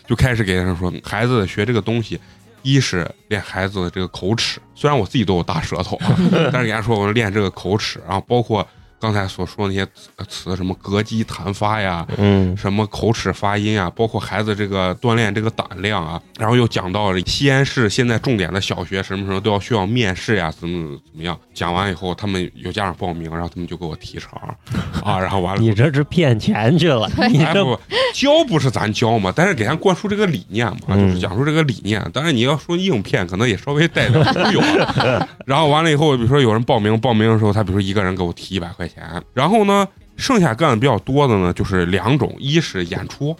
A: 就开始给人说孩子学这个东西，一是练孩子的这个口齿，虽然我自己都有大舌头啊，但是给人家说我练这个口齿，然后包括刚才所说的那些词词，什么膈肌弹发呀，
D: 嗯，
A: 什么口齿发音啊，包括孩子这个锻炼这个胆量啊，然后又讲到了西安市现在重点的小学什么什么都要需要面试呀、怎么怎么样。讲完以后，他们有家长报名，然后他们就给我提成 啊，然后完了。
D: 你这是骗钱去了，你
A: 哎
D: 这
A: 不，教不是咱教嘛，但是给咱灌输这个理念嘛，
D: 嗯
A: 就是讲述这个理念。当然你要说硬骗，可能也稍微带点忽悠啊。 然后完了以后，比如说有人报名，报名的时候他比如说一个人给我提一百块钱，然后呢，剩下干的比较多的呢就是两种，一是演出，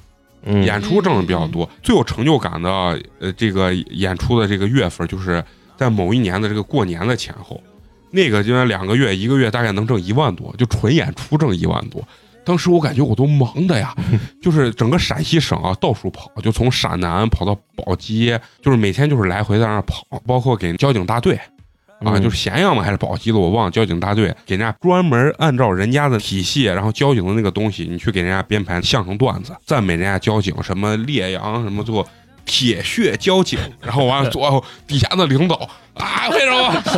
D: 嗯
A: 演出挣的比较多，最有成就感的呃，这个演出的这个月份，就是在某一年的这个过年的前后，那个就那两个月，一个月大概能挣一万多，就纯演出挣一万多。当时我感觉我都忙的呀，就是整个陕西省啊到处跑，就从陕南跑到宝鸡，就是每天就是来回在那儿跑，包括给交警大队啊，
D: 嗯
A: 就是咸阳嘛还是宝鸡的，我忘了。交警大队给人家专门按照人家的体系，然后交警的那个东西，你去给人家编排相声段子，赞美人家交警什么烈阳什么做铁血交警，然后 完了最后底下的领导啊，为什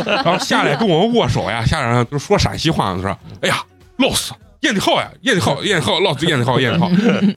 A: 么？ 然后下来跟我们握手呀，下来就说陕西话的时候，哎呀，老死。燕子浩呀，燕子浩，燕子浩，老子燕子浩，燕子 浩。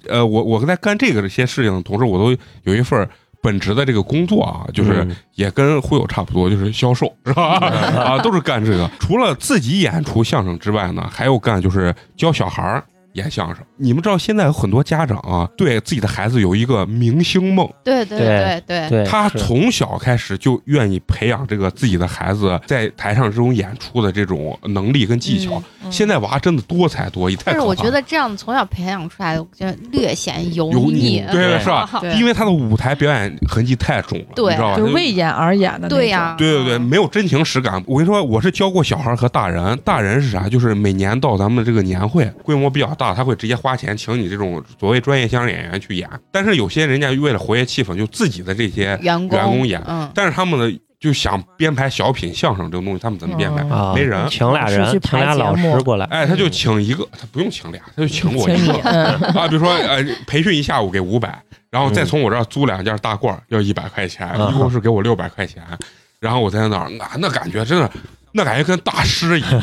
A: 呃，我我在干这个这些事情的同时，我都有一份儿本职的这个工作啊，就是
D: 嗯
A: 也跟忽悠差不多，就是销售是 吧？啊，都是干这个。除了自己演出相声之外呢，还有干就是教小孩儿演相声。你们知道现在有很多家长啊，对自己的孩子有一个明星梦，
E: 对对
D: 对
E: 对对
D: 对
A: 他
D: 是
A: 从小开始就愿意培养这个自己的孩子在台上这种演出的这种能力跟技巧。现在娃真的多才多艺，太
E: 嗯但
A: 可
E: 是
A: 怕
E: 我觉
A: 了。
E: 得这样从小培养出来的，我觉得略显油
A: 油
E: 腻嗯
A: 腻，对是吧？
E: 对
A: 因为他的舞台表演痕迹太重了，
E: 对
A: 你知道吧？
C: 就
A: 他
C: 是为演而演的那种
E: 对呀嗯
A: 对对对，没有真情实感。我跟你说，我是教过小孩儿和大人，大人是啥？就是每年到咱们这个年会，规模比较大，他会直接花钱请你这种所谓专业相声演员去演。但是有些人家为了活跃气氛，就自己的这些，
E: 员工
A: 员工演
E: 嗯，
A: 但是他们呢就想编排小品、相声这种东西，他们怎么编排？
F: 嗯
D: 啊，
A: 没人
D: 请俩
F: 是去
D: 人，
F: 排
D: 请俩老
F: 节目
D: 师过来，
A: 哎，他就请一个，他不用请俩，他就请我
F: 嗯请
A: 一
F: 你
A: 个，
F: 嗯
A: 啊，比如说呃，培训一下午给五百，然后再从我这儿租两件大褂儿要一百块钱，
D: 啊
A: 一共是给我六百块钱，然后我在那儿，那那感觉真的，那感觉跟大师一 样，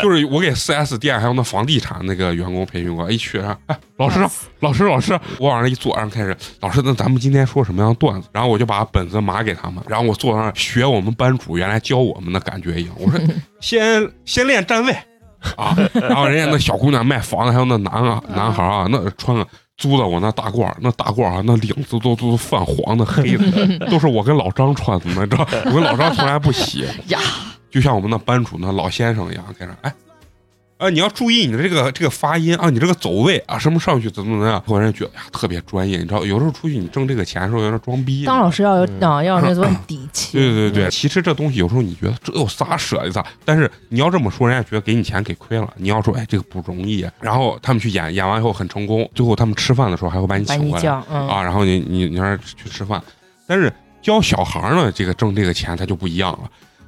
A: 就是我给四 S 店还有那房地产那个员工培训过，一去然后哎，老师老师老师，我往那一坐，然后开始老师，那咱们今天说什么样的段子？然后我就把本子码给他们，然后我坐那儿学我们班主原来教我们的感觉一样，我说先先练站位。啊，然后人家那小姑娘卖房的，还有那男啊男孩啊，那穿个租的我那大褂儿，那大褂儿啊，那领子都都泛黄的黑 的，都是我跟老张穿的，你知 道，我跟老张从来不洗
C: 呀，
A: 就像我们那班主那老先生一样，跟着哎。啊，你要注意你的这个这个发音啊，你这个走位啊，什么上去怎么怎么样，我人觉得呀特别专业，你知道，有时候出去你挣这个钱的时候有点装逼。
F: 当老师要有
D: 嗯
F: 啊，要有那种 底气。
A: 对对对，其实这东西有时候你觉得这有啥舍得啥，但是你要这么说，人家觉得给你钱给亏了。你要说哎这个不容易，然后他们去演，演完以后很成功，最后他们吃饭的时候还会把你
F: 把
A: 请
F: 你
A: 回来
F: 叫，嗯
A: 啊，然后你你你让人去吃饭，但是教小孩儿呢，这个挣这个钱他就不一样了。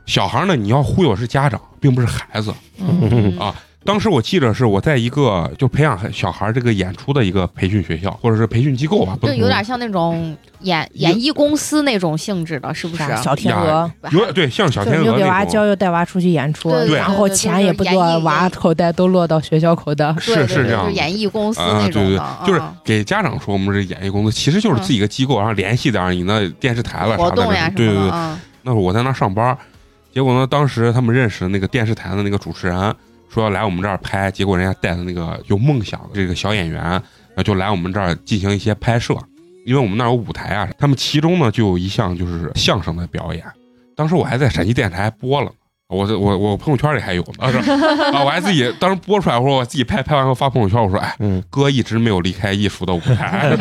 A: 小孩儿呢，你要忽悠是家长，并不是孩子。
E: 嗯
A: 啊当时我记着是我在一个就培养小孩儿这个演出的一个培训学校，或者是培训机构吧，不
E: 就
A: 能
E: 有点像那种演
A: 有
E: 演艺公司那种性质的，是不是？
F: 啥小天鹅，
A: 有点对，像小
F: 就
A: 天
F: 是
A: 鹅
F: 又给
A: 那
F: 娃
A: 种
F: 教，又带娃出去演出，
E: 对
A: 对
F: 然后
E: 对对
F: 钱也不
E: 就是演
F: 多，
E: 绎
F: 娃口袋都落到学校 口袋。
E: 对
A: 是
E: 对
A: 是
E: 对
A: 这样
E: 就
A: 的
E: 是。演艺公司
A: 啊，
E: 那
A: 对
E: 种
A: 对
E: 的，
A: 对，就是
E: 嗯
A: 给家长说我们这演艺公司其实就是自己一个机构，然后联系点儿你那电视台了啥
E: 嗯活
A: 的
E: 动呀，什
A: 对
E: 么
A: 对
E: 的
A: 对。
E: 嗯
A: 那会儿我在那儿上班，结果呢，当时他们认识的那个电视台的那个主持人，说要来我们这儿拍，结果人家带的那个有梦想的这个小演员，呃就来我们这儿进行一些拍摄，因为我们那儿有舞台啊。他们其中呢就有一项就是相声的表演，当时我还在陕西电视台播了。
E: 嗯
A: 我这我我朋友圈里还有呢，是吧啊，我还自己当时播出来，我说我自己拍拍完后发朋友圈，我说哎，
D: 嗯，
A: 哥一直没有离开艺术的舞台。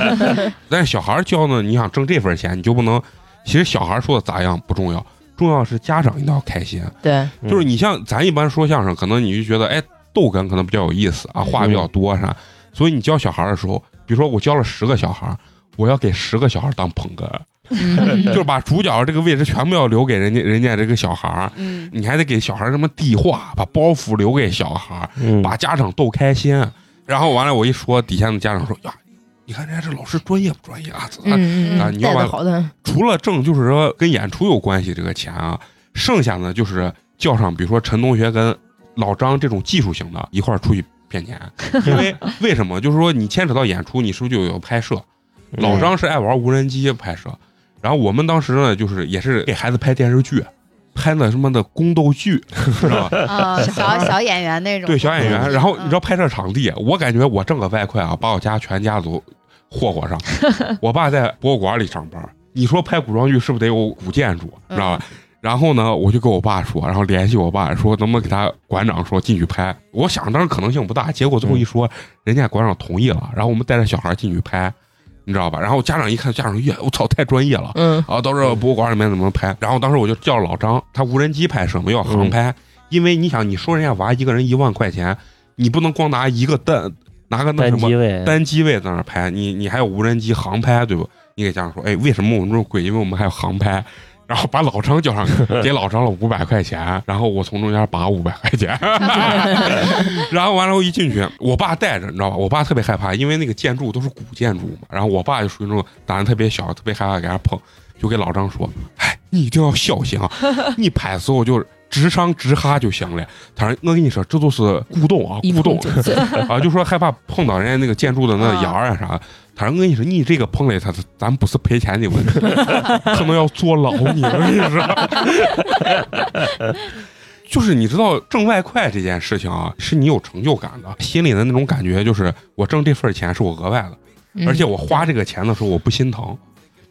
A: 但是小孩儿教呢，你想挣这份钱，你就不能。其实小孩儿说的咋样不重要，重要是家长一定要开心。
F: 对，
D: 嗯
A: 就是你像咱一般说相声，可能你就觉得哎逗哏可能比较有意思啊，话比较多啥，所以你教小孩儿的时候，比如说我教了十个小孩儿，我要给十个小孩儿当捧哏，
C: 嗯
A: 就是把主角这个位置全部要留给人家人家这个小孩儿，
E: 嗯，
A: 你还得给小孩儿什么递话，把包袱留给小孩儿，
D: 嗯
A: 把家长逗开心。然后完了，我一说，底下的家长说呀，你看人家这老师专业不专业啊？咋咋
F: 嗯
A: 啊
F: 嗯，
A: 你要
F: 带
A: 把
F: 的好的，
A: 除了挣，就是说跟演出有关系这个钱啊，剩下呢就是叫上，比如说陈同学跟老张这种技术型的一块儿出去骗钱，因为为什么？就是说你牵扯到演出，你是不是就有拍摄？老张是爱玩无人机拍摄，然后我们当时呢，就是也是给孩子拍电视剧，拍的什么的宫斗剧，知道吧？
E: 啊，小小演员那种，
A: 对小演员。
E: 嗯
A: 然后你知道拍摄场地，我感觉我挣个外快啊，把我家全家族霍霍 上。我爸在博物馆里上班，你说拍古装剧是不是得有古建筑，知道吧？
E: 嗯
A: 然后呢，我就跟我爸说，然后联系我爸说能不能给他馆长说进去拍。我想当时可能性不大，结果最后一说，人家馆长同意了，然后我们带着小孩进去拍，你知道吧？然后家长一看，家长说：“耶，我操，太专业了。”
F: 嗯
A: 啊，到这博物馆里面怎么拍？然后当时我就叫老张，他无人机拍摄嘛，又要
D: 嗯
A: 航拍，因为你想，你说人家娃一个人一万块钱，你不能光拿一个单拿个那
D: 单
A: 什么
D: 机位，
A: 单机位在那儿拍，你你还有无人机航拍，对不？你给家长说，哎，为什么我们这么贵？因为我们还有航拍。然后把老张叫上， 给老张了五百块钱，然后我从中间拔五百块 钱，然后完了，我一进去，我爸带着，你知道吧？我爸特别害怕，因为那个建筑都是古建筑嘛。然后我爸就属于那种胆子特别小，特别害怕给人家碰，就给老张说：“哎，你一定要小心 啊！你拍时候就是直上直哈就行了。”他说：“我跟你说，这都是古董啊，
C: 一
A: 古
C: 碰
A: 董
C: 就 碎，
A: 啊，就说害怕碰到人家那个建筑的那沿儿啊啥。他说：“我跟你说，你这个碰了他，咱不是赔钱的问题， 可能要坐牢你。”我跟你说， 就是你知道挣外快这件事情啊，是你有成就感的，心里的那种感觉就是我挣这份钱是我额外的，
F: 嗯
A: 而且我花这个钱的时候我不心疼。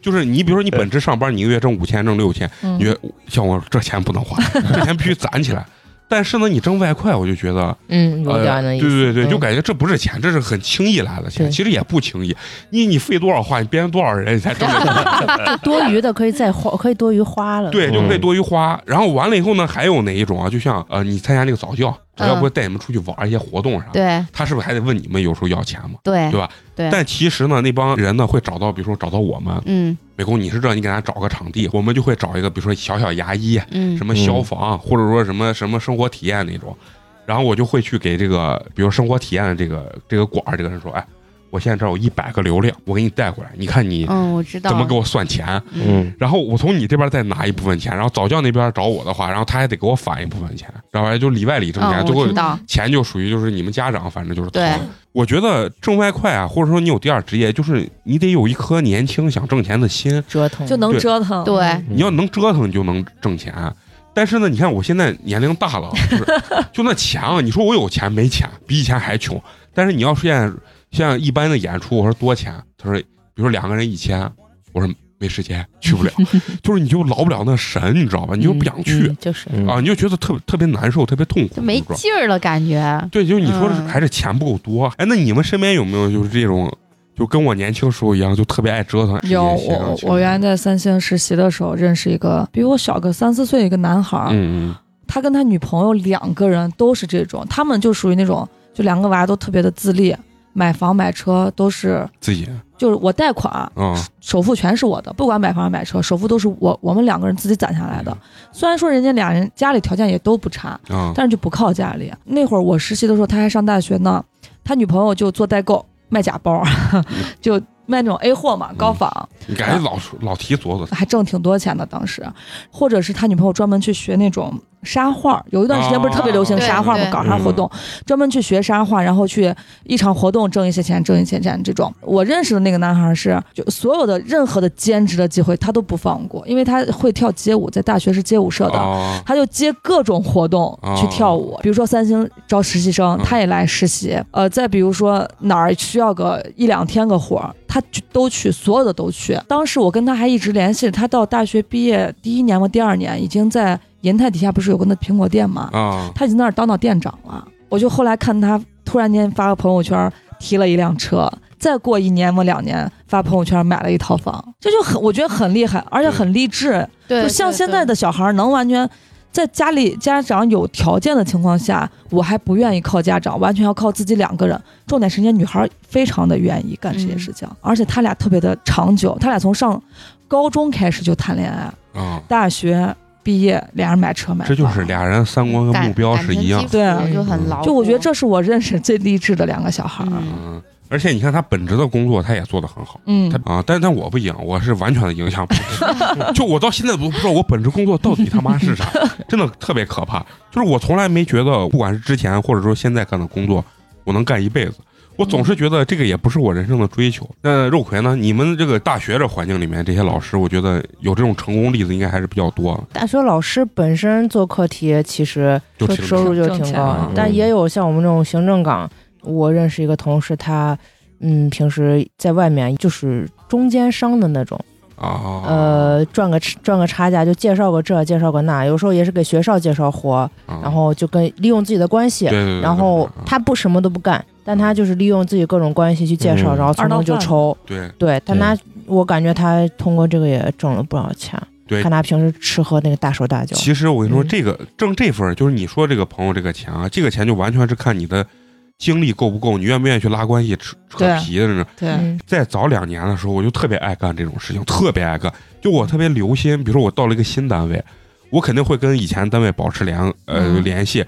A: 就是你，比如说你本职上班，你一个月挣五千，挣六千，
C: 嗯
A: 你觉得像我这钱不能花， 这钱必须攒起来。但是呢，你挣外快，我就觉得
F: 嗯，有点儿那意思，
A: 呃。对对对，
F: 嗯
A: 就感觉这不是钱，这是很轻易来的钱，
F: 对
A: 其实也不轻易。你你费多少话，你编多少人，你才挣得
F: 多余的可以再花， 可以多余花了，
A: 对，
D: 嗯
A: 就被多余花。然后完了以后呢，还有哪一种啊？就像呃，你参加那个早教，早
F: 嗯
A: 教不是带你们出去玩一些活动啥的，
E: 对
A: 他是不是还得问你们有时候要钱嘛？
E: 对
A: 对吧
E: 对
A: 但其实呢，那帮人呢会找到，比如说找到我们，
E: 嗯
A: 美工你是这，你给他找个场地，我们就会找一个，比如说小小牙医，
E: 嗯
A: 什么消防，或者说什么什么生活体验那种。然后我就会去给这个，比如生活体验的这个这个馆儿这个人说，哎，我现在这儿有一百个流量，我给你带过来，你看你
E: 嗯，我知道
A: 怎么给我算钱，
D: 嗯
A: 然后我从你这边再拿一部分钱，然后早教那边找我的话，然后他还得给我返一部分钱，然后就里外里挣钱，
E: 嗯，
A: 最
E: 我
A: 后
E: 知道，
A: 钱就属于就是你们家长，反正就是
E: 对
A: 掏。我觉得挣外快啊，或者说你有第二职业，就是你得有一颗年轻想挣钱的心，
F: 折腾
C: 就能
A: 对
C: 折腾。
E: 对，
A: 你要能折腾，你就能挣钱。但是呢，你看我现在年龄大了，就是 就那钱啊，你说我有钱没钱，比以前还穷。但是你要是现在像一般的演出，我说多钱，他说，比如说两个人一千，我说没时间去 不了，就是你就劳不了那神，你知道吧？你就不想去、
F: 嗯嗯就是
D: 嗯
A: 啊，你就觉得特别特别难受，特别痛苦，
E: 就没
A: 你知道吧
E: 劲儿了，感觉。
A: 对，就是你说的是
E: 嗯
A: 还是钱不够多。哎，那你们身边有没有就是这种，就跟我年轻时候一样，就特别爱折腾？
C: 有
A: 这些
C: 我，我原来在三星实习的时候认识一个比我小个三四岁一个男孩儿，
A: 嗯嗯
C: 他跟他女朋友两个人都是这种，他们就属于那种，就两个娃都特别的自立，买房买车都是，
A: 自己
C: 就是我贷款，
A: 啊
C: 首付全是我的，不管买房买车，首付都是我我们两个人自己攒下来的。
A: 嗯
C: 虽然说人家俩人家里条件也都不差，
E: 嗯
A: 啊
C: 但是就不靠家里。那会儿我实习的时候，他还上大学呢，他女朋友就做代购，卖假包，
E: 嗯
C: 就卖那种 A 货嘛，高仿。
A: 你感觉老老提琢磨，
C: 还挣挺多钱的。当时，或者是他女朋友专门去学那种沙画，有一段时间不是特别流行
E: 啊
C: 沙画嘛，
E: 对嗯
C: 搞啥活动，专门去学沙画，然后去一场活动挣一些钱，挣一些钱这种。我认识的那个男孩是，就所有的任何的兼职的机会他都不放过，因为他会跳街舞，在大学是街舞社的。
A: 哦
C: 他就接各种活动
A: 哦
C: 去跳舞，比如说三星招实习生
A: 嗯，
C: 他也来实习。呃，再比如说哪儿需要个一两天个活儿，他去都去，所有的都去。当时我跟他还一直联系，他到大学毕业第一年嘛，第二年已经在银泰底下不是有个那苹果店嘛，
A: 啊，
C: 他已经在那儿当到店长了。我就后来看他突然间发个朋友圈，提了一辆车。再过一年么两年，发朋友圈买了一套房，这就很我觉得很厉害，而且很励志。
E: 对，
C: 就像
E: 对
C: 现在的小孩儿能完全在家里家长有条件的情况下，我还不愿意靠家长，完全要靠自己两个人。重点是人家女孩儿非常的愿意干这些事
E: 嗯
C: 情，而且他俩特别的长久，他俩从上高中开始就谈恋爱，
A: 啊，
C: 大学毕业俩人买车买房，
A: 这就是俩人三观跟
E: 感
A: 目标
E: 感
A: 是
E: 情
A: 一样
E: 基
A: 的。
C: 对啊
E: 础就很牢固。
C: 就我觉得这是我认识最励志的两个小孩儿。
E: 嗯
A: 嗯，而且你看他本职的工作，他也做得很好。
C: 嗯
A: 他啊，但但我不一样，我是完全的影响不了 就我到现在都不知道我本职工作到底他妈是啥， 真的特别可怕。就是我从来没觉得，不管是之前或者说现在干的工作，我能干一辈子。我总是觉得这个也不是我人生的追求。那肉葵呢？你们这个大学这环境里面，这些老师，我觉得有这种成功例子应该还是比较多的。
F: 大学老师本身做课题，其实
A: 就
F: 收
A: 挺
F: 收入就
C: 挣
F: 挺
C: 钱
F: 高
A: 嗯，
F: 但也有像我们这种行政岗，我认识一个同事，他嗯平时在外面就是中间商的那种，
A: 啊，
F: 呃赚个赚个差价就介绍个这介绍个那，有时候也是给学校介绍活，
A: 啊，
F: 呃然后就跟利用自己的关系
A: 对，对对，嗯
F: 然后
A: 对嗯
F: 他不什么都不干，但他就是利用自己各种关系去介绍，
D: 嗯
F: 然后从中
C: 二
F: 就
C: 道贩子
F: 抽。
A: 对
F: 对他拿，我感觉他通过这个也挣了不少钱。
A: 对
F: 看他平时吃喝那个大手大脚。
A: 其实我跟你说，
F: 嗯
A: 这个挣这份儿就是你说这个朋友这个钱啊，这个钱就完全是看你的精力够不够，你愿不愿意去拉关系、扯扯
C: 对
A: 皮的那种。
C: 对，
F: 嗯
A: 在早两年的时候，我就特别爱干这种事情，特别爱干。就我特别留心，比如说我到了一个新单位，我肯定会跟以前单位保持联呃
C: 嗯
A: 联系。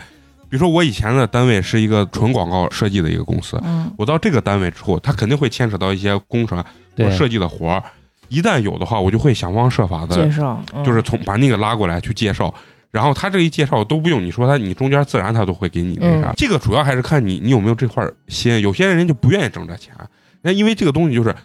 A: 比如说我以前的单位是一个纯广告设计的一个公司，
C: 嗯，
A: 我到这个单位之后，它肯定会牵扯到一些工程和
D: 对
A: 设计的活儿。一旦有的话，我就会想方设法的
F: 介绍，嗯
A: 就是从把那个拉过来去介绍。然后他这一介绍都不用你说他，你中间自然他都会给你那啥。
F: 嗯
A: 这个主要还是看你你有没有这块心。有些人就不愿意挣这钱，那因为这个东西就是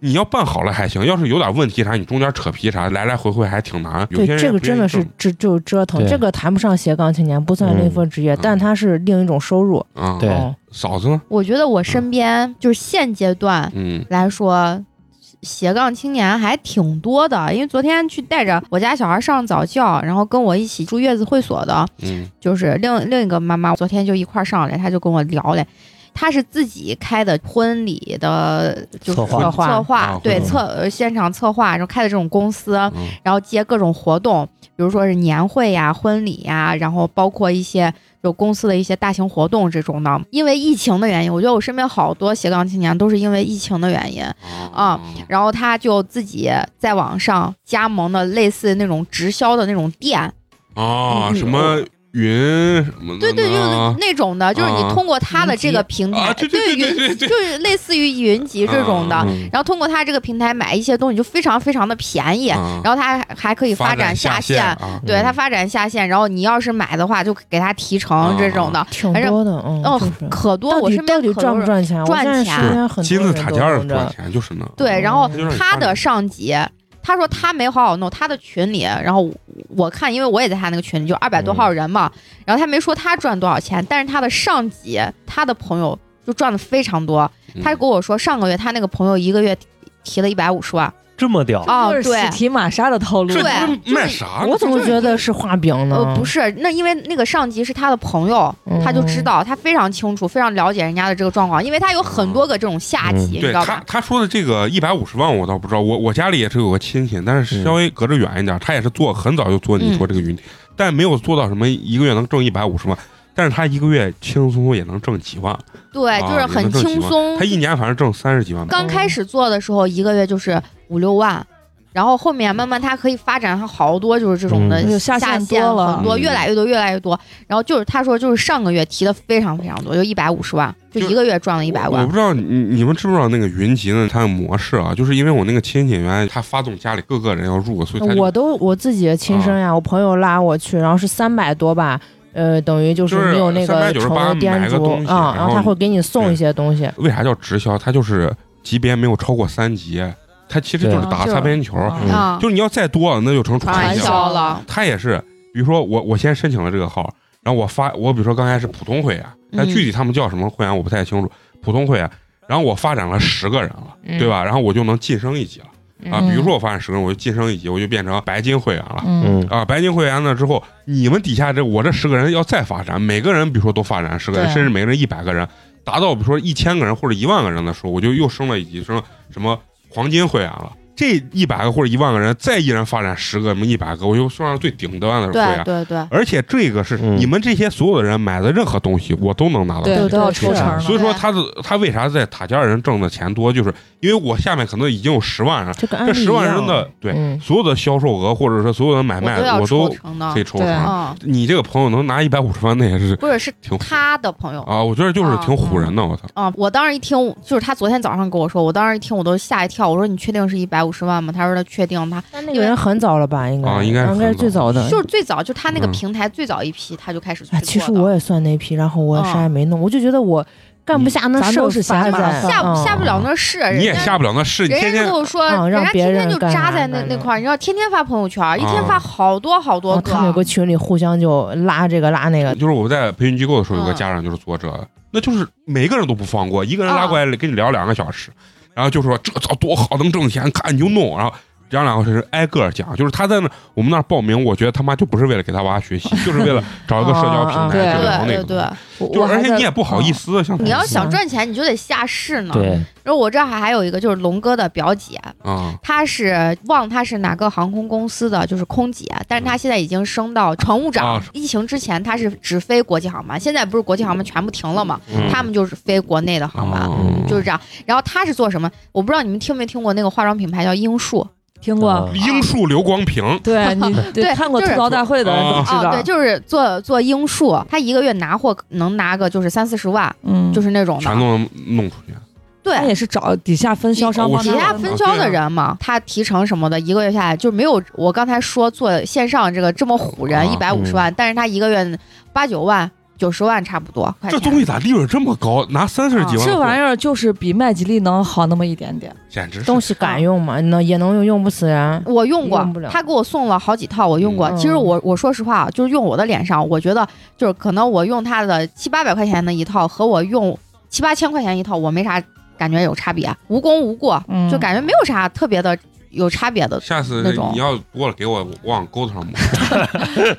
A: 你要办好了还行，要是有点问题啥，你中间扯皮啥，来来回回还挺难。有
F: 对
A: 些人
F: 这
A: 不
F: 个
A: 愿
F: 真
A: 意
F: 的是
A: 挣
F: 这就折腾，
D: 对
F: 这个谈不上斜杠青年，不算另一份职业，
A: 嗯
F: 但它是另一种收入。
A: 啊，
D: 对
F: 哦
A: 嫂子呢？
E: 我觉得我身边就是现阶段
A: 嗯
E: 来说，斜杠青年还挺多的。因为昨天去带着我家小孩上早教，然后跟我一起住月子会所的，
A: 嗯
E: 就是另另一个妈妈，昨天就一块儿上来，她就跟我聊嘞。她是自己开的婚礼的，就是
D: 策划
E: 策
F: 策
A: 啊
E: 对
A: 婚礼
E: 策呃现场策划，然后开的这种公司，
A: 嗯
E: 然后接各种活动，比如说是年会呀、婚礼呀，然后包括一些就公司的一些大型活动这种的。因为疫情的原因，我觉得我身边好多斜杠青年都是因为疫情的原因， 啊然后他就自己在网上加盟的类似那种直销的那种
A: 嗯
E: 店，
A: 啊
E: 嗯
A: 什么云什么的
E: 对对，就是
A: 呢
E: 那种的，就是你
A: 啊
E: 通过他的这个
F: 云
E: 平台，
A: 啊对对对
E: 云
A: 对对对
E: 就是类似于云集这种的。
A: 啊
D: 嗯
E: 然后通过他这个平台买一些东西就非常非常的便宜，
A: 啊
E: 然后他还还可以发展下
A: 下
E: 线，
A: 啊
E: 对
D: 嗯
E: 它发展下线，然后你要是买的话，就给它提成这种的，
F: 挺
E: 反正
F: 多的，嗯，
E: 哦
F: 就是，
E: 可多。
F: 到
E: 我
F: 底
E: 身
F: 到
E: 边
F: 底
E: 可
F: 赚
E: 多
F: 不
E: 人。
F: 赚钱？我
E: 赚
F: 现在
E: 钱
F: 身边很
A: 金
F: 多
A: 字
F: 人
A: 塔
F: 都
A: 尖儿
F: 弄
A: 赚
F: 着，
A: 钱就是呢。
E: 啊对，然后
A: 就让你
E: 他
A: 看着
E: 的上级，他说他没好好弄，他的群里，然后我看，因为我也在他那个群里，就二百多号人嘛，然后他没说他赚多少钱，但是他的上级，他的朋友就赚的非常多。他
A: 嗯
E: 跟我说，上个月他那个朋友一个月提提了一百五十万
D: 这么屌，
E: 啊，
C: 哦就是
E: 对
C: 喜，提玛莎的套路，嗯
A: 这
E: 对
A: 你
E: 就是
A: 卖啥呢？
F: 我怎么觉得是画饼呢？
E: 呃，不是，那因为那个上级是他的朋友，
F: 嗯，
E: 他就知道，他非常清楚，非常了解人家的这个状况，因为他有很多个这种下级，
D: 嗯
E: 你
A: 对
E: 知道
A: 他
E: 吧？
A: 他说的这个一百五十万，我倒不知道。我我家里也是有个亲戚，但是
D: 嗯
A: 稍微隔着远一点，他也是做很早就做
E: 嗯
A: 你说这个云，但没有做到什么一个月能挣一百五十万。但是他一个月轻轻松松也能挣几万，啊
E: 对，就是很轻松
A: 他。一年反正挣三十几万吧。
E: 刚开始做的时候，一个月就是五六万，然后后面慢慢它可以发展上好多就是这种
D: 嗯
E: 的
C: 就下线
E: 线
C: 多了
E: 很多
A: 嗯
E: 越来越多越来越多。然后就是他说就是上个月提的非常非常多，就一百五十万，就
A: 就是
E: 一个月赚了一百
A: 我我
E: 万
A: 不。知道你你们知不知道那个云集呢？它的模式啊，就是因为我那个亲戚原来他发动家里各个人要入，所以他就
F: 我都我自己亲
A: 啊
F: 身呀，我朋友拉我去，然后是三百多吧，呃，等于就
A: 就是
F: 你有那个
A: 398
F: 成为
A: 买
F: 店
A: 个
F: 主
A: 东西
F: 啊，
A: 然
F: 然
A: 后
F: 后他会给你送
A: 对
F: 一些东西，
A: 为啥叫直销？它就是级别没有超过三级，它其实就是
C: 对啊
A: 打
C: 就是
A: 擦边球，
C: 嗯
D: 嗯
E: 啊，
A: 就是你要再多那就成传
E: 传
A: 销。
E: 销了，
A: 他也是，比如说我我先申请了这个号，然后我发我比如说刚开始普通会员，但
E: 嗯
A: 具体他们叫什么会员我不太清楚，普通会员。然后我发展了十个人了，
F: 嗯
A: 对吧？然后我就能晋升一级了啊！
C: 嗯
A: 比如说我发展十个人，我就晋升一级，我就变成白金会员了。
C: 嗯，
D: 嗯，
A: 啊，白金会员了之后，你们底下这我这十个人要再发展，每个人比如说都发展十个人，
C: 对
A: 甚至每个人一百个人，达到比如说一千个人或者一万个人的时候，我就又升了一级，升什么黄金会员了。这一百个或者一万个人，再一人发展十个，什么一百个，我就算上最顶端的会
E: 对
A: 员。
E: 对对，
A: 而且这个是
D: 嗯
A: 你们这些所有的人买的任何东西，我都能拿到钱。
C: 对，都要抽
F: 是
C: 成
F: 啊
C: 了。
A: 所以说
E: 对
A: 他的他为啥在塔尖儿人挣的钱多，就是因为我下面可能已经有十万人，
F: 这个案
A: 这
F: 例
A: 十万
F: 一样
A: 人的对
F: 嗯，
A: 所有的销售额或者说所有的买卖，
E: 都要
A: 哎我
E: 抽
A: 都
E: 成的
A: 可以，抽
F: 对
A: 成。
E: 嗯，
A: 你这个朋友能拿一百五十万，那也是
E: 不是是
A: 挺唬
E: 他哦的朋友
A: 啊，我觉得就是挺唬人的。我操，
E: 啊、我当时一听，就是他昨天早上跟我说，我当时一听我都吓一跳。我说你确定是一百五十万吗？他说他确定他，
F: 但那个人很早了吧？应该
A: 啊应该是很
F: 是最早的。
E: 就是最早就他那个
A: 嗯
E: 平台最早一批他就开始去做
F: 哎，
E: 的。
F: 其实我也算那批，然后我啥也没弄，我就觉得我干
A: 嗯
F: 不下那
C: 咱
F: 事
C: 都
F: 儿，
C: 是
F: 烦
C: 瞎
F: 人
C: 子
E: 下不
F: 嗯
E: 下不了那事，人
A: 你也
E: 家
A: 下不了那市，你
E: 人
A: 天
E: 家
A: 天
E: 跟我说，
F: 嗯让
E: 家
F: 别
E: 天
F: 人
E: 天就
F: 干
E: 扎
F: 啥
E: 在那
F: 干
E: 那
F: 啥
E: 块儿，你知道，天天发朋友圈儿，一天
A: 啊
E: 发好多好多
F: 哦
E: 个。
F: 他们有个群里互相就拉这个拉那个，
A: 就是我在培训机构的时候，有个
E: 嗯
A: 家长就是做这个，那就是每个人都不放过，一个人拉
E: 啊
A: 过来跟你聊两个小时，然后就说这操多好，能挣钱，看你就弄，然后。讲两个小时挨个儿哎讲，就是他在那我们那儿报名，我觉得他妈就不是为了给他娃学习，就是为了找一个社交平
F: 啊啊
A: 台
C: 对
A: 去聊那
E: 嗯对对
A: 个东
E: 对
A: 西。，
C: 我
A: 就
C: 我
A: 是
C: 还
A: 而且
C: 在
A: 你也不好意思，像
E: 你要想
F: 嗯
E: 赚钱，你就得下市呢。
D: 对，
E: 然后我这儿还还有一个就是龙哥的表姐，
A: 啊，
E: 她是忘了她是哪个航空公司的，就是空姐，但是她现在已经升到乘务长。
A: 嗯啊
E: 疫情之前她是只飞国际航班，现在不是国际航班全部停了嘛，
A: 嗯
E: 他们就是飞国内的航班，
A: 哦
E: 就是这样。然后她是做什么？我不知道你们听没听过那个化妆品牌叫樱树
C: 听过，
D: 嗯
A: 樱树流光屏，
C: 对你对
E: 对
C: 看过
E: 就
C: 吐
E: 是
C: 槽大会的人都
A: 啊
C: 知
E: 哦，对，
C: 道，
E: 就是做做樱树，她一个月拿货能拿个就是三四十万，
C: 嗯，
E: 就是那种
A: 全
E: 的。
A: 都能弄出去。
E: 对
C: 他，也是找底下分销商
A: 哦我
C: 帮
A: 是
E: 底下
C: 他弄的，
E: 分销的人嘛，他提成什么的，一个月下来就没有我刚才说做线上这个这么唬人，
A: 啊
E: 一百五十万，但是他一个月八九万、九十万差不多，快
A: 这
E: 钱
A: 东西咋利润这么高？拿三十
E: 哦
A: 几万的货，
C: 这玩意儿就是比麦吉利能好那么一点点。
A: 简直是
F: 东西敢用吗？那也能用，用不死
A: 嗯
F: 人。
E: 我用过
F: 用不了，
E: 他给我送了好几套，我用过。
F: 嗯
E: 其实我我说实话啊，就是用我的脸上，我觉得就是可能我用他的七八百块钱的一套和我用七八千块钱一套，我没啥感觉有差别，无功无过，
C: 嗯
E: 就感觉没有啥特别的有差别的。
A: 下次
E: 那种
A: 你要多了给我，我往钩子上抹。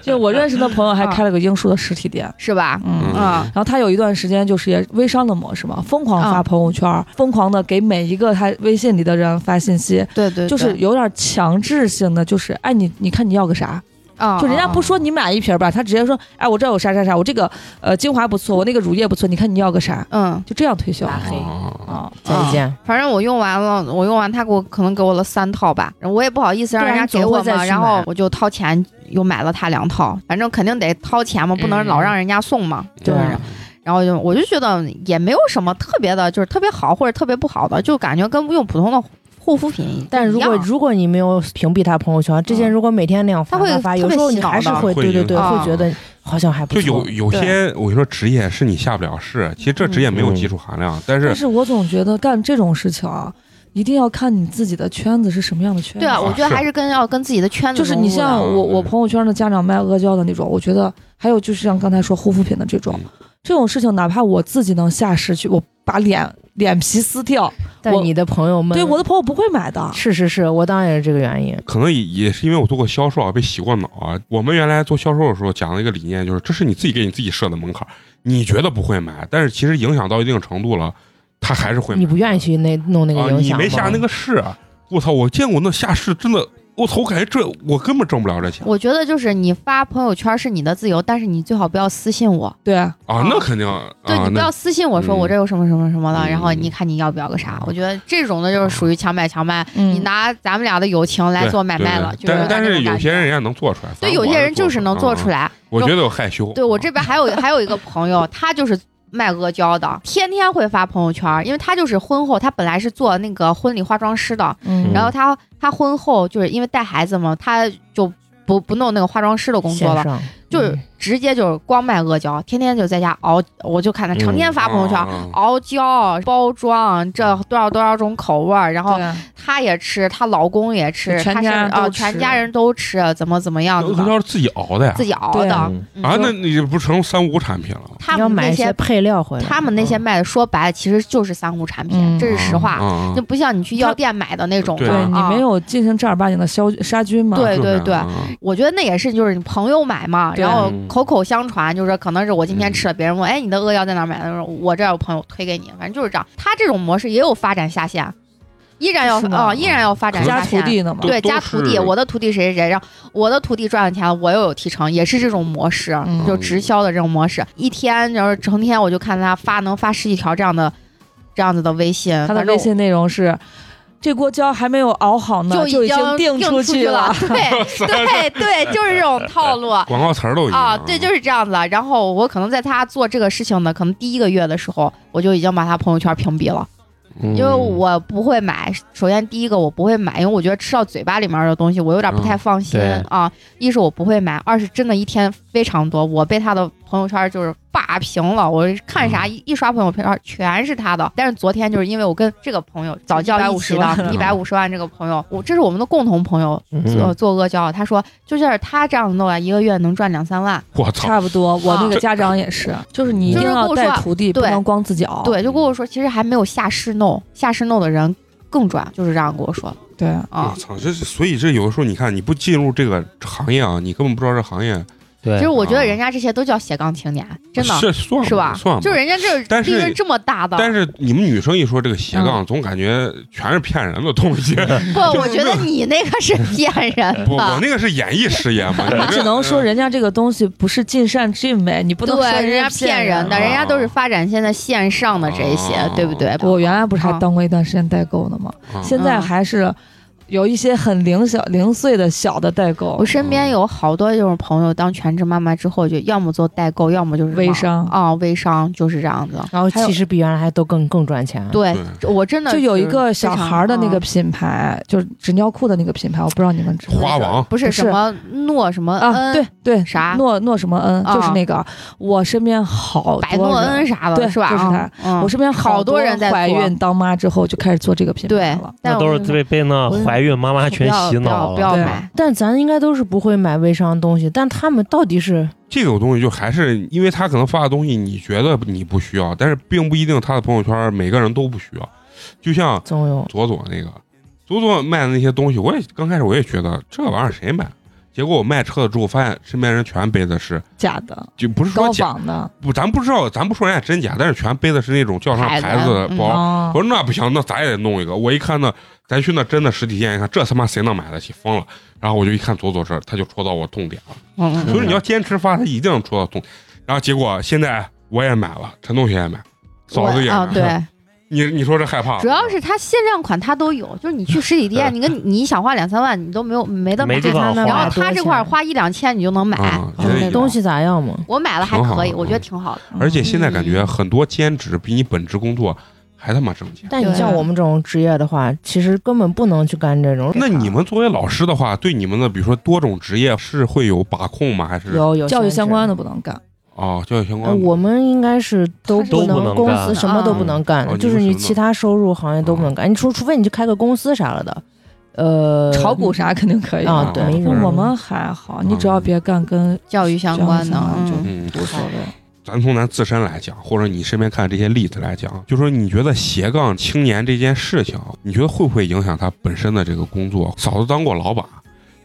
C: 就我认识的朋友还开了个英树的实体店，
E: 是吧？
C: 嗯。
E: 嗯
C: 然后他有一段时间就是也微商的模式嘛，疯
E: 啊
C: 狂发朋友圈，疯狂的给每一个他微信里的人发信息，
E: 对对，
C: 就是有点强制性的，就是哎你你看你要个啥，
E: 啊，
C: 就人家不说你买一瓶吧，他直接说哎我这有啥啥啥，我这个呃精华不错，我那个乳液不错，你看你要个啥，
E: 嗯，
C: 就这样推销
F: 拉黑
A: 啊，
C: 啊。
F: 再见，
E: 反正我用完了，我用完他给我可能给我了三套吧，然后我也不好意思让
F: 对啊
E: 人家
F: 你总
E: 给我
F: 会再
E: 嘛，
F: 去
E: 然后
F: 买
E: 我就掏钱又买了他两套，反正肯定得掏钱嘛，不能
F: 嗯
E: 老让人家送嘛，就
F: 对
E: 是
F: 啊。
E: 然后就我就觉得也没有什么特别的，就是特别好或者特别不好的，就感觉跟用普通的护肤品一样。嗯
F: 但如果如果你没有屏蔽他朋友圈，这些人如果每天那样发
E: 他会
F: 发
E: 特
F: 发，
E: 别
F: 有时候你
E: 洗脑
F: 还是
E: 的
F: 会
A: 会
F: 对对
A: 影
F: 对，
E: 响
F: 会觉得好像还不
A: 就
F: 错。
A: 有有些我跟你说职业是你下不了市，其实这职业没有技术含
E: 嗯
A: 量，但
C: 但
A: 是
C: 是我总觉得干这种事情啊，一定要看你自己的圈子是什么样的圈子。
E: 对啊，我觉得
A: 是
E: 还是跟要跟自己的圈子
C: 就是你
E: 融入
C: 像
E: 的
A: 了
C: 我我
A: 嗯
C: 朋友圈的家长卖阿胶的那种，我觉得还有就是像刚才说护肤品的这种
A: 嗯
C: 这种事情，哪怕我自己能下市去，我把脸脸皮撕掉，
F: 但
C: 我
F: 你的朋友们
C: 对我的朋友不会买的。
F: 是是是，我当然也是这个原因。
A: 可能也也是因为我做过销售啊，被洗过脑啊。我们原来做销售的时候讲了一个理念，就是这是你自己给你自己设的门槛，你觉得不会买，但是其实影响到一定程度了，他还是会买。
F: 你不愿意去那弄那个
A: 啊，
F: 影
A: 你
F: 响吗，
A: 没下那个市啊。我操！我见过那下市真的我操，我感觉这我根本挣不了这钱
E: 我觉得就是你发朋友圈是你的自由，但是你最好不要私信我，
C: 对啊，
A: 啊，那肯定啊，
E: 哦对你不
A: 那
E: 要私信我说
A: 嗯
E: 我这有什么什么什么了，
A: 嗯
E: 然后你看你要不要个啥？我觉得这种的就是属于强买强卖，
C: 嗯
E: 你拿咱们俩的友情来
A: 对
E: 做买卖了。
A: 对
E: 就
A: 但但
E: 这种
A: 是有
E: 感
A: 些
E: 觉
A: 人人家能做出来，
E: 对有些人就是能做出
A: 来。啊
E: 来。
A: 我觉得我啊害羞。
E: 对我这边还有还有一个朋友，他就是卖阿胶的，天天会发朋友圈，因为他就是婚后，他本来是做那个婚礼化妆师的，
C: 嗯
E: 然后他他婚后就是因为带孩子嘛，他就不不弄那个化妆师的工作
F: 线
E: 了，
F: 上嗯
E: 就是直接就是光卖阿胶，天天就在家熬，我就看他成天发朋友圈。
A: 啊
E: 熬胶、包装，啊这多少多少种口味儿，然后
C: 嗯对啊
E: 她也吃，她老公也吃，
C: 全
E: 她是
C: 家
E: 啊、
C: 人都
E: 全
C: 吃
E: 家人都吃，啊怎么怎么样
A: 那
E: 子
A: 核
E: 的，
A: 桃是自己熬的呀
E: 自？己熬
C: 对
E: 的。
C: 啊
D: 嗯
A: 啊，
E: 嗯
A: 那你不成三无产品了？
E: 他
F: 你要
E: 们
F: 买
E: 那
F: 一些
E: 些
F: 配料回来。嗯
E: 他们
A: 嗯
E: 那些卖的，说白了其实就是三无产品，
C: 嗯
E: 这是实话，
A: 啊
E: 就不像你去药店买的那种
A: 对
E: 了
C: 对你
E: 啊
C: 没。有进行正儿八经的消杀菌嘛？
E: 对对对
A: 啊啊
E: 我觉得那也是，就是你朋友买嘛，
C: 对
E: 然后
D: 嗯
E: 口口相传，就是可能是我今天
A: 嗯
E: 吃了，别人问，哎，你的阿胶在哪儿买的？我说我这儿有朋友推给你，反正就是这样。他这种模式也有发展下线，依然要
C: 是吗
E: 啊、依然要发展
C: 加
E: 下
C: 徒
E: 线。
C: 弟呢嘛？
E: 对，
A: 都
E: 加
A: 是
E: 徒弟，我的徒弟谁谁谁，然后我的徒弟赚了钱了，我又有提成，也是这种模式，
C: 嗯
E: 就直销的这种模式。一天就是成天，我就看他发能发十几条这样的，这样子的微信，
C: 他的
E: 反正
C: 微信内容是：这锅胶还没有熬好呢，
E: 就
C: 就
E: 已经
C: 定
E: 出
C: 去
E: 了。。 对对对，就是这种套路。
A: 广告词儿都一样
E: 啊，对，就是这样子。然后我可能在他做这个事情的可能第一个月的时候，我就已经把他朋友圈屏蔽了，
A: 嗯
E: 因为我不会买。首先第一个我不会买，因为我觉得吃到嘴巴里面的东西我有点不太放心、
D: 嗯
E: 啊。一是我不会买，二是真的一天非常多，我被他的朋友圈就是霸屏了。我看啥一一刷朋友圈全是他的。但是昨天就是因为我跟这个朋友早教一起 的一
A: 150
E: 百五十万这个朋友，我这是我们的共同朋友
D: 嗯
E: 做做阿胶，他说就是他这样弄啊，一个月能赚两三万。
A: 我操，
C: 差不多，我那
E: 啊
C: 个家长也是，就是你一定要带徒弟，
E: 就是跟
C: 不
E: 我说
C: 能光自己熬。
E: 对，就跟我
A: 嗯
E: 说，其实还没有下市弄，下市弄的人更赚，就是这样跟我说的
C: 对，
A: 我
E: 啊。
A: 操，这是所以这有的时候你看，你不进入这个行业啊，你根本不知道这行业
D: 对
E: 其实我觉得人家这些都叫斜杠青年，真的
A: 啊是算
E: 是吧？
A: 算
E: 就人家这
A: 但
E: 利
A: 是
E: 润这么大的，
A: 但是你们女生一说这个斜杠，总感觉全是骗人的东西。
E: 不，我觉得你那个是骗人
A: 不，我
E: 的。
A: 那个是演艺事业 嘛，
C: 你
A: 你
C: 只
A: 这
C: 能说人家这个东西不是尽善尽美，你不能说
E: 对，人家骗
C: 骗
E: 人的，
A: 啊
E: 人家都是发展现在线上的这些，
A: 啊
E: 对不对？
C: 我原来不是
E: 嗯
C: 还当过一段时间代购呢吗？
A: 啊
C: 现在还是有一些很零小零碎的小的代购
E: 我，身
A: 嗯
E: 边有好多这种朋友，当全职妈妈之后，就要么做代购，要么就是
C: 微
E: 忙
C: 商
E: 啊，微商就是这样子。
F: 然后
C: 还有
F: 其实比原来还都更更赚钱。啊
E: 对，
A: 嗯对
E: 这我真的
C: 就有一
E: 是
C: 个
E: 非
C: 小
E: 常
C: 孩儿的那
E: 啊
C: 个品牌，就是纸尿裤的那个品牌，我不知道你们知道
A: 花王
E: 不是
C: 不
E: 什
C: 是
E: 么诺什么
C: 啊？
E: 恩，
C: 对对，
E: 呃啥
C: 诺诺什么恩，
E: 啊
C: 就是那个。我身边好
E: 百
C: 多
E: 诺
C: 人
E: 恩啥的，
C: 对
E: 是吧？
C: 就是
E: 啊嗯
C: 我身边
E: 好多
C: 多
E: 人在
C: 怀
E: 做
C: 孕当妈之后就开始做这个品牌
E: 对
C: 了。，
E: 但
D: 那都是被被那怀孕妈妈群洗脑
E: 不要
D: 了。
E: 不要
C: 对
E: 买，
F: 但咱应该都是不会买微商的东西，但他们到底是
A: 这个东西就还是因为他可能发的东西，你觉得你不需要，但是并不一定他的朋友圈每个人都不需要。就像
F: 总有
A: 左左那个，左左卖的那些东西，我也刚开始我也觉得这玩意儿谁买？结果我卖车了之后，发现身边人全背的是，
C: 假的，
A: 就不是说
C: 高
A: 假，
C: 仿的
A: 不，咱不知道，咱不说人家真假，但是全背的是那种叫上
E: 牌子
A: 牌子的
E: 嗯
A: 包。
C: 啊
A: 我，说那不行，那咱也得弄一个。我一看那，咱去那真的实体店一看，这他妈谁能买得起？疯了！然后我就一看左左这儿，他就戳到我痛点了。
E: 嗯
A: 所以你要坚持发，他一定能戳到痛点。然后结果现在我也买了，陈同学也买，嫂子也
E: 我
A: 买。
E: 啊，对，
A: 你你说这害怕吗？啊
E: 主要是它限量款它都有，就是你去实体店，你跟你想花两三万，你都没有没得买
D: 没，地方花
E: 然后它这块儿花一两千你就能买
A: 嗯，
E: 就是
A: 这
E: 那
A: 有
F: 东
E: 种。
F: 西咋样嘛？
E: 我买了还
A: 挺好
E: 可以，
A: 的嗯
E: 我觉得挺好的。
C: 嗯
A: 而且现在感觉很多兼职比你本职工作还他妈挣钱。
F: 但你
E: 对啊
F: 像我们这种职业的话，其实根本不能去干这
E: 嗯
F: 种。
A: 那你们作为老师的话，对你们的比如说多种职业是会有把控吗？还是
F: 有有
C: 教育
F: 限
C: 相
F: 制
C: 关的不能干，
A: 哦，教育相
F: 呃，
A: 关吗？
F: 我们应该是都
C: 都
F: 不
C: 不啊
F: 能，
D: 能
F: 公
D: 干
F: 司什么都不能干
A: 嗯哦，
F: 就是
A: 你
F: 你
A: 们什么哦
F: 其他收入行业都不能干。你除除非你去开个公司啥了的，呃，
C: 炒股啥肯定可以
F: 啊，
A: 啊
F: 对，没
A: 嗯
F: 准
C: 我们还好，你只
A: 嗯
C: 要别干跟
E: 教育相关的
C: 教育相，关就
E: 嗯，
A: 嗯，
C: 无所谓。
A: 咱从咱自身来讲，或者你身边看这些例子来讲，就说你觉得斜杠青年这件事情，你觉得会不会影响他本身的这个工作？嫂子当过老板，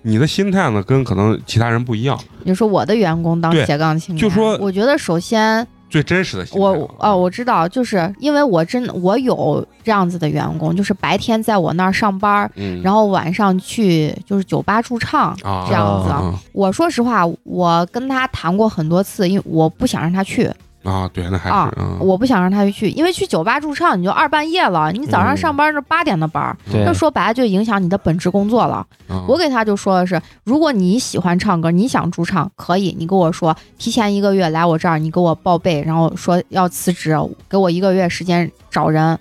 A: 你的心态呢，跟可能其他人不一样。
E: 你说我的员工当
A: 对
E: 斜杠青年，
A: 就说
E: 我觉得首先
A: 最真实的心态啊
E: 我哦，我知道，就是因为我真的我有这样子的员工，就是白天在我那儿上班儿，
A: 嗯，
E: 然后晚上去就是酒吧驻唱。
A: 啊
E: 这样子
A: 啊
E: 我说实话，我跟他谈过很多次，因为我不想让他去，
A: 啊，对，那还是
E: 啊
A: 嗯
E: 我不想让他去，因为去酒吧驻唱你就二半夜了，你早上
D: 嗯
E: 上班是八点的班儿，
D: 对
E: 这、说白了就影响你的本职工作了。
A: 啊
E: 我给他就说的是，如果你喜欢唱歌，你想驻唱，可以，你跟我说，提前一个月来我这儿，你给我报备，然后说要辞职，给我一个月时间找人。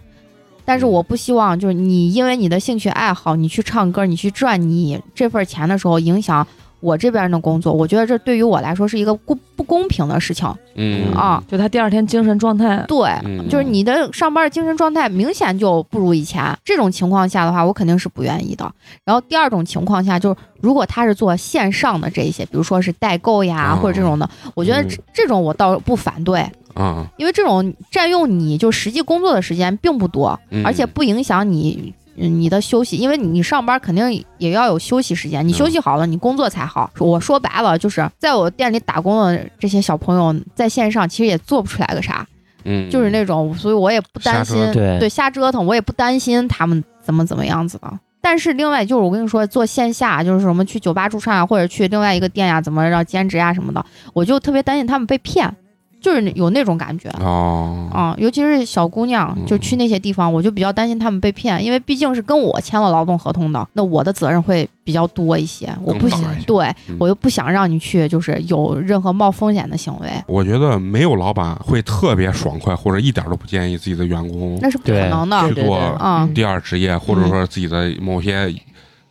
E: 但是我不希望就是你因为你的兴趣爱好，你去唱歌，你去赚你这份钱的时候，影响我这边的工作。我觉得这对于我来说是一个不不公平的事情。
A: 嗯
E: 啊，
C: 就他第二天精神状
F: 啊
C: 态，
E: 对，
A: 嗯
E: 就是你的上班的精神状态明显就不如以前。这种情况下的话，我肯定是不愿意的。然后第二种情况下，就是如果他是做线上的这一些，比如说是代购呀、
A: 哦
E: 或者这种的，我觉得
A: 嗯
E: 这这种我倒不反对，
A: 啊，
E: 因为这种占用你就实际工作的时间并不多，
A: 嗯
E: 而且不影响你。嗯你的休息，因为你你上班肯定也要有休息时间，
A: 嗯
E: 你休息好了，你工作才好。我说白了，就是在我店里打工的这些小朋友，在线上其实也做不出来个啥，
A: 嗯
E: 就是那种，所以我也不
A: 瞎
E: 担心
A: 折，
D: 腾对
E: 瞎折腾，我也不担心他们怎么怎么样子的。但是另外就是我跟你说，做线下就是什么去酒吧驻唱啊，或者去另外一个店呀、怎么让兼职呀、什么的，我就特别担心他们被骗，就是有那种感觉。
A: 哦
E: 啊、尤其是小姑娘，就去
A: 嗯
E: 那些地方，我就比较担心他们被骗，因为毕竟是跟我签了劳动合同的，那我的责任会比较多一些。我
A: 更
E: 不
A: 大
E: 想
A: 一些，
E: 对
A: 嗯
E: 我又不想让你去，就是有任何冒风险的行为，
A: 我觉得没有老板会特别爽快，或者一点都不建议自己的员工
E: 那是不可
D: 对
E: 能的。
A: 去
F: 啊对
A: 做
F: 对
C: 啊
E: 嗯
A: 第二职业，或者说自己的某些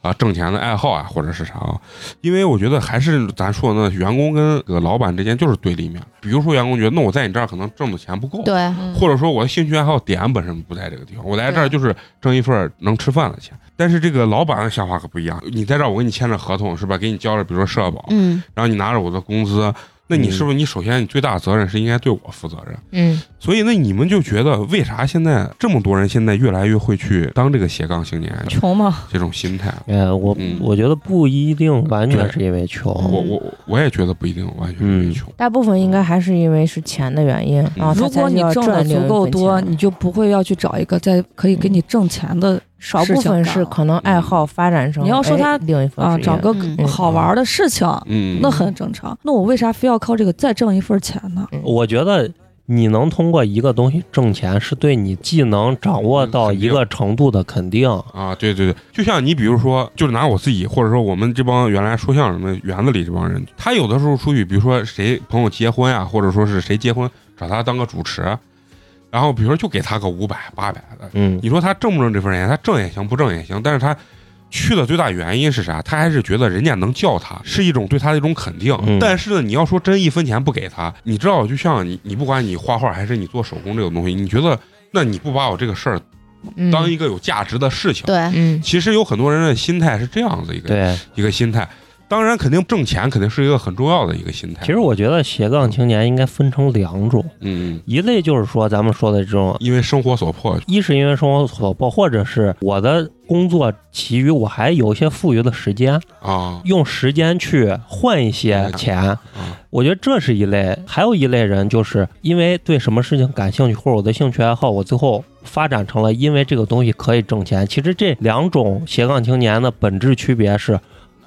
A: 啊挣钱的爱好啊，或者是啥啊？因为我觉得还是咱说的那员工跟这个老板之间就是对立面。比如说员工觉得，那我在你这儿可能挣的钱不够，
E: 对，
A: 或者说我的兴趣爱好点本身不在这个地方，我来这儿就是挣一份能吃饭的钱。但是这个老板的想法可不一样，你在这儿我给你签着合同是吧？给你交着比如说社保，
E: 嗯，
A: 然后你拿着我的工资，那你是不是你首先你最大的责任是应该对我负责任？
F: 嗯，
A: 所以那你们就觉得为啥现在这么多人现在越来越会去当这个斜杠青年
C: 穷嘛，
A: 这种心态？
D: 呃，我
A: 嗯
D: 我觉得不一定完全是因为
A: 我
D: 穷，
A: 我我也觉得不一定完全是穷，
F: 大部分应该还是因为是钱的原因
A: 嗯
F: 啊。他
C: 如
F: 才
C: 果
F: 需
C: 你
F: 要
C: 挣的
F: 赚
C: 足
F: 这一
C: 够
F: 份
C: 多，
F: 钱
C: 你就不会要去找一个在可以给你挣钱的
F: 少
C: 事
F: 部
C: 情
F: 分
C: 干
F: 是
C: 了
F: 可
A: 嗯
F: 能爱好发展成
C: 你要说
F: 哎
C: 他
F: 另一份
C: 啊，
F: 职
C: 找
F: 业
C: 个
E: 嗯
C: 好玩的事情，
A: 嗯，
C: 那很正常。那我为啥非要靠这个再挣一份钱呢？
A: 嗯
F: 嗯
D: 我觉得你能通过一个东西挣钱，是对你技能掌握
A: 嗯
D: 到
A: 肯
D: 一
A: 定
D: 个程度的肯定。
A: 啊，对对对，就像你比如说，就是拿我自己，或者说我们这帮原来说相声的园子里这帮人，他有的时候出去，比如说谁朋友结婚呀、啊或者说是谁结婚找他当个主持，然后比如说就给他个五百八百的，
D: 嗯，
A: 你说他挣不挣这份钱？他挣也行，不挣也行，但是他。去的最大原因是啥？他还是觉得人家能叫他，是一种对他的一种肯定。
D: 嗯
A: 但是呢，你要说真一分钱不给他，你知道，就像你，你不管你画画还是你做手工这种东西，你觉得那你不把我这个事儿
F: 嗯
A: 当一个有价值的事情，
E: 对，
F: 嗯
A: 其实有很多人的心态是这样子一个
D: 对。
A: 一个心态。当然，肯定挣钱肯定是一个很重要的一个心态。
D: 其实，我觉得斜杠青年应该分成两种，
A: 嗯，嗯，
D: 一类就是说咱们说的这种，
A: 因为生活所迫，
D: 一是因为生活所迫，或者是我的工作其余我还有一些富余的时间，
A: 啊
D: 用时间去换一些钱。
A: 啊，
D: 我觉得这是一类，还有一类人就是因为对什么事情感兴趣，或者我的兴趣爱好，我最后发展成了因为这个东西可以挣钱。其实这两种斜杠青年的本质区别是，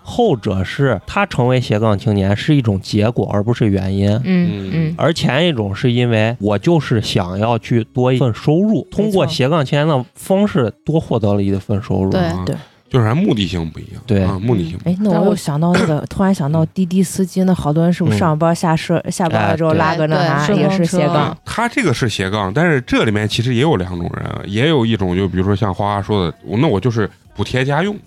D: 后者是他成为斜杠青年是一种结果，而不是原因。
A: 嗯
F: 嗯
D: 而前一种是因为我就是想要去多一份收入，通过斜杠青年的方式多获得了一份收入。
E: 对
A: 啊
F: 对，
A: 就是还目的性不一样，
D: 对
A: 啊，目的性不一
F: 哎，那
C: 但
F: 我又
C: 我
F: 想到那个，突然想到滴滴司机，那好多人是不
D: 嗯
F: 是上班下社下班
D: 哎
F: 了之后
D: 对
F: 拉个那
E: 对
F: 啥，
C: 顺
F: 也
C: 风
F: 是
C: 车啊
F: 斜
A: 样。
F: 杠
A: 对，他这个是斜杠，但是这里面其实也有两种人，也有一种就比如说像花花说的，我那我就是补贴家用，
E: 嗯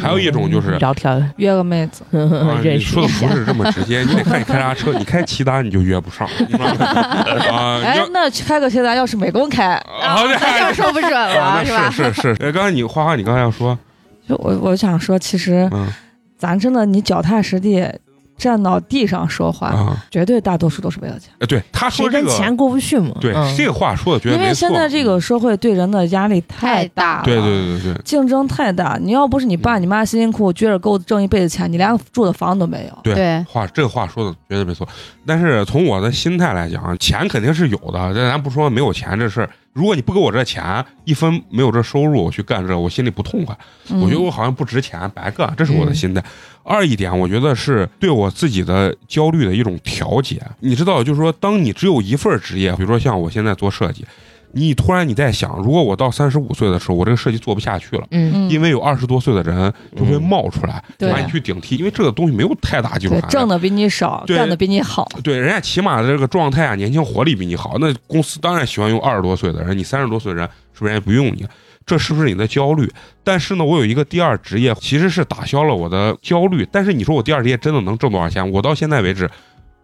A: 还有一种就是
F: 聊天 儿，
C: 约个妹子，
A: 啊，
F: 嗯认
A: 你
F: 识
A: 说的不是这么直接，你得看你开啥车，你开骐达你就约不上，你妈的啊，你
C: 哎
A: 要，
C: 那去开个车咱要是美工开，
A: 好的，
E: 咱就是说不准
A: 啊
E: 了，是
A: 那
E: 吧？
A: 是是是，哎刚才你花花，你刚才要说，
C: 就我我想说，其实
A: 嗯
C: 咱真的你脚踏实地。站到地上说话，
A: 啊，
C: 绝对大多数都是为了钱。
A: 呃对，他
F: 谁
A: 说这
F: 跟
A: 个，
F: 钱过不去嘛？
A: 对
F: 嗯
A: 这个话说的绝对
C: 因
A: 没错。嗯
C: 为现在这个社会对人的压力太
E: 太大
C: 了，
A: 对对嗯对对
C: 竞争太大。你要不是你爸你妈辛辛苦苦撅着钩子挣一辈子钱，你连个住的房子都没有。
A: 对
E: 对
A: 话这个话说的绝对没错。但是从我的心态来讲，钱肯定是有的，这咱不说没有钱这事儿。如果你不给我这钱，一分没有这收入，我去干这，我心里不痛快。
C: 嗯
A: 我觉得我好像不值钱，白干，这是我的心态。二一点，我觉得是对我自己的焦虑的一种调节。你知道，就是说，当你只有一份职业，比如说像我现在做设计，你突然你在想，如果我到三十五岁的时候，我这个设计做不下去了。
F: 嗯，
C: 嗯
A: 因为有二十多岁的人就会
D: 嗯
A: 冒出来，
C: 对
A: 把你去顶替，因为这个东西没有太大技术
C: 对
A: 含量
C: 挣。的比你少，
A: 对
C: 干的比你好，
A: 对，人家起码的这个状态啊，年轻活力比你好，那公司当然喜欢用二十多岁的人，你三十多岁的人是不是人家不用你？这是不是你的焦虑？但是呢，我有一个第二职业，其实是打消了我的焦虑。但是你说我第二职业真的能挣多少钱？我到现在为止，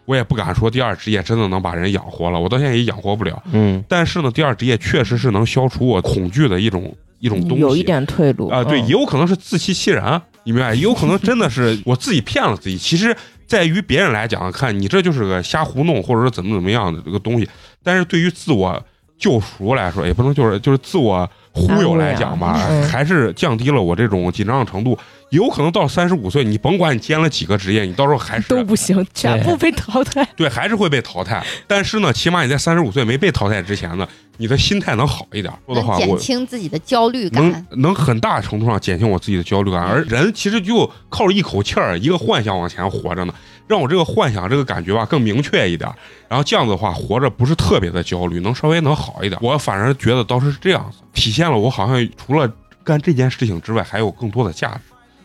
A: 我也不敢说第二职业真的能把人养活了，我到现在也养活不了。
D: 嗯
A: 但是呢，第二职业确实是能消除我恐惧的一种一种东西，
F: 嗯有一点退路嗯
A: 啊、对，也有可能是自欺欺人，啊你明白？也有可能真的是我自己骗了自己。其实，在于别人来讲，啊看你这就是个瞎胡弄，或者说怎么怎么样的这个东西。但是对于自我救赎来说，也不能就是就是自我忽悠来讲吧，
F: 安慰啊嗯
A: 还是降低了我这种紧张的程度。也有可能到三十五岁，你甭管你兼了几个职业，你到时候还是
F: 都不行，
A: 啊
F: 全部被淘汰。
A: 对，还是会被淘汰。但是呢，起码你在三十五岁没被淘汰之前呢，你的心态能好一点。说的
E: 能
A: 话，
E: 减
A: 我
E: 轻自己的焦虑
A: 能
E: 感。
A: 能很大程度上减轻我自己的焦虑感，而人其实就靠着一口气儿、一个幻想往前活着呢，让我这个幻想、这个感觉吧更明确一点，然后这样子的话活着不是特别的焦虑，能稍微能好一点。我反而觉得倒是这样子，体现了我好像除了干这件事情之外，还有更多的价值。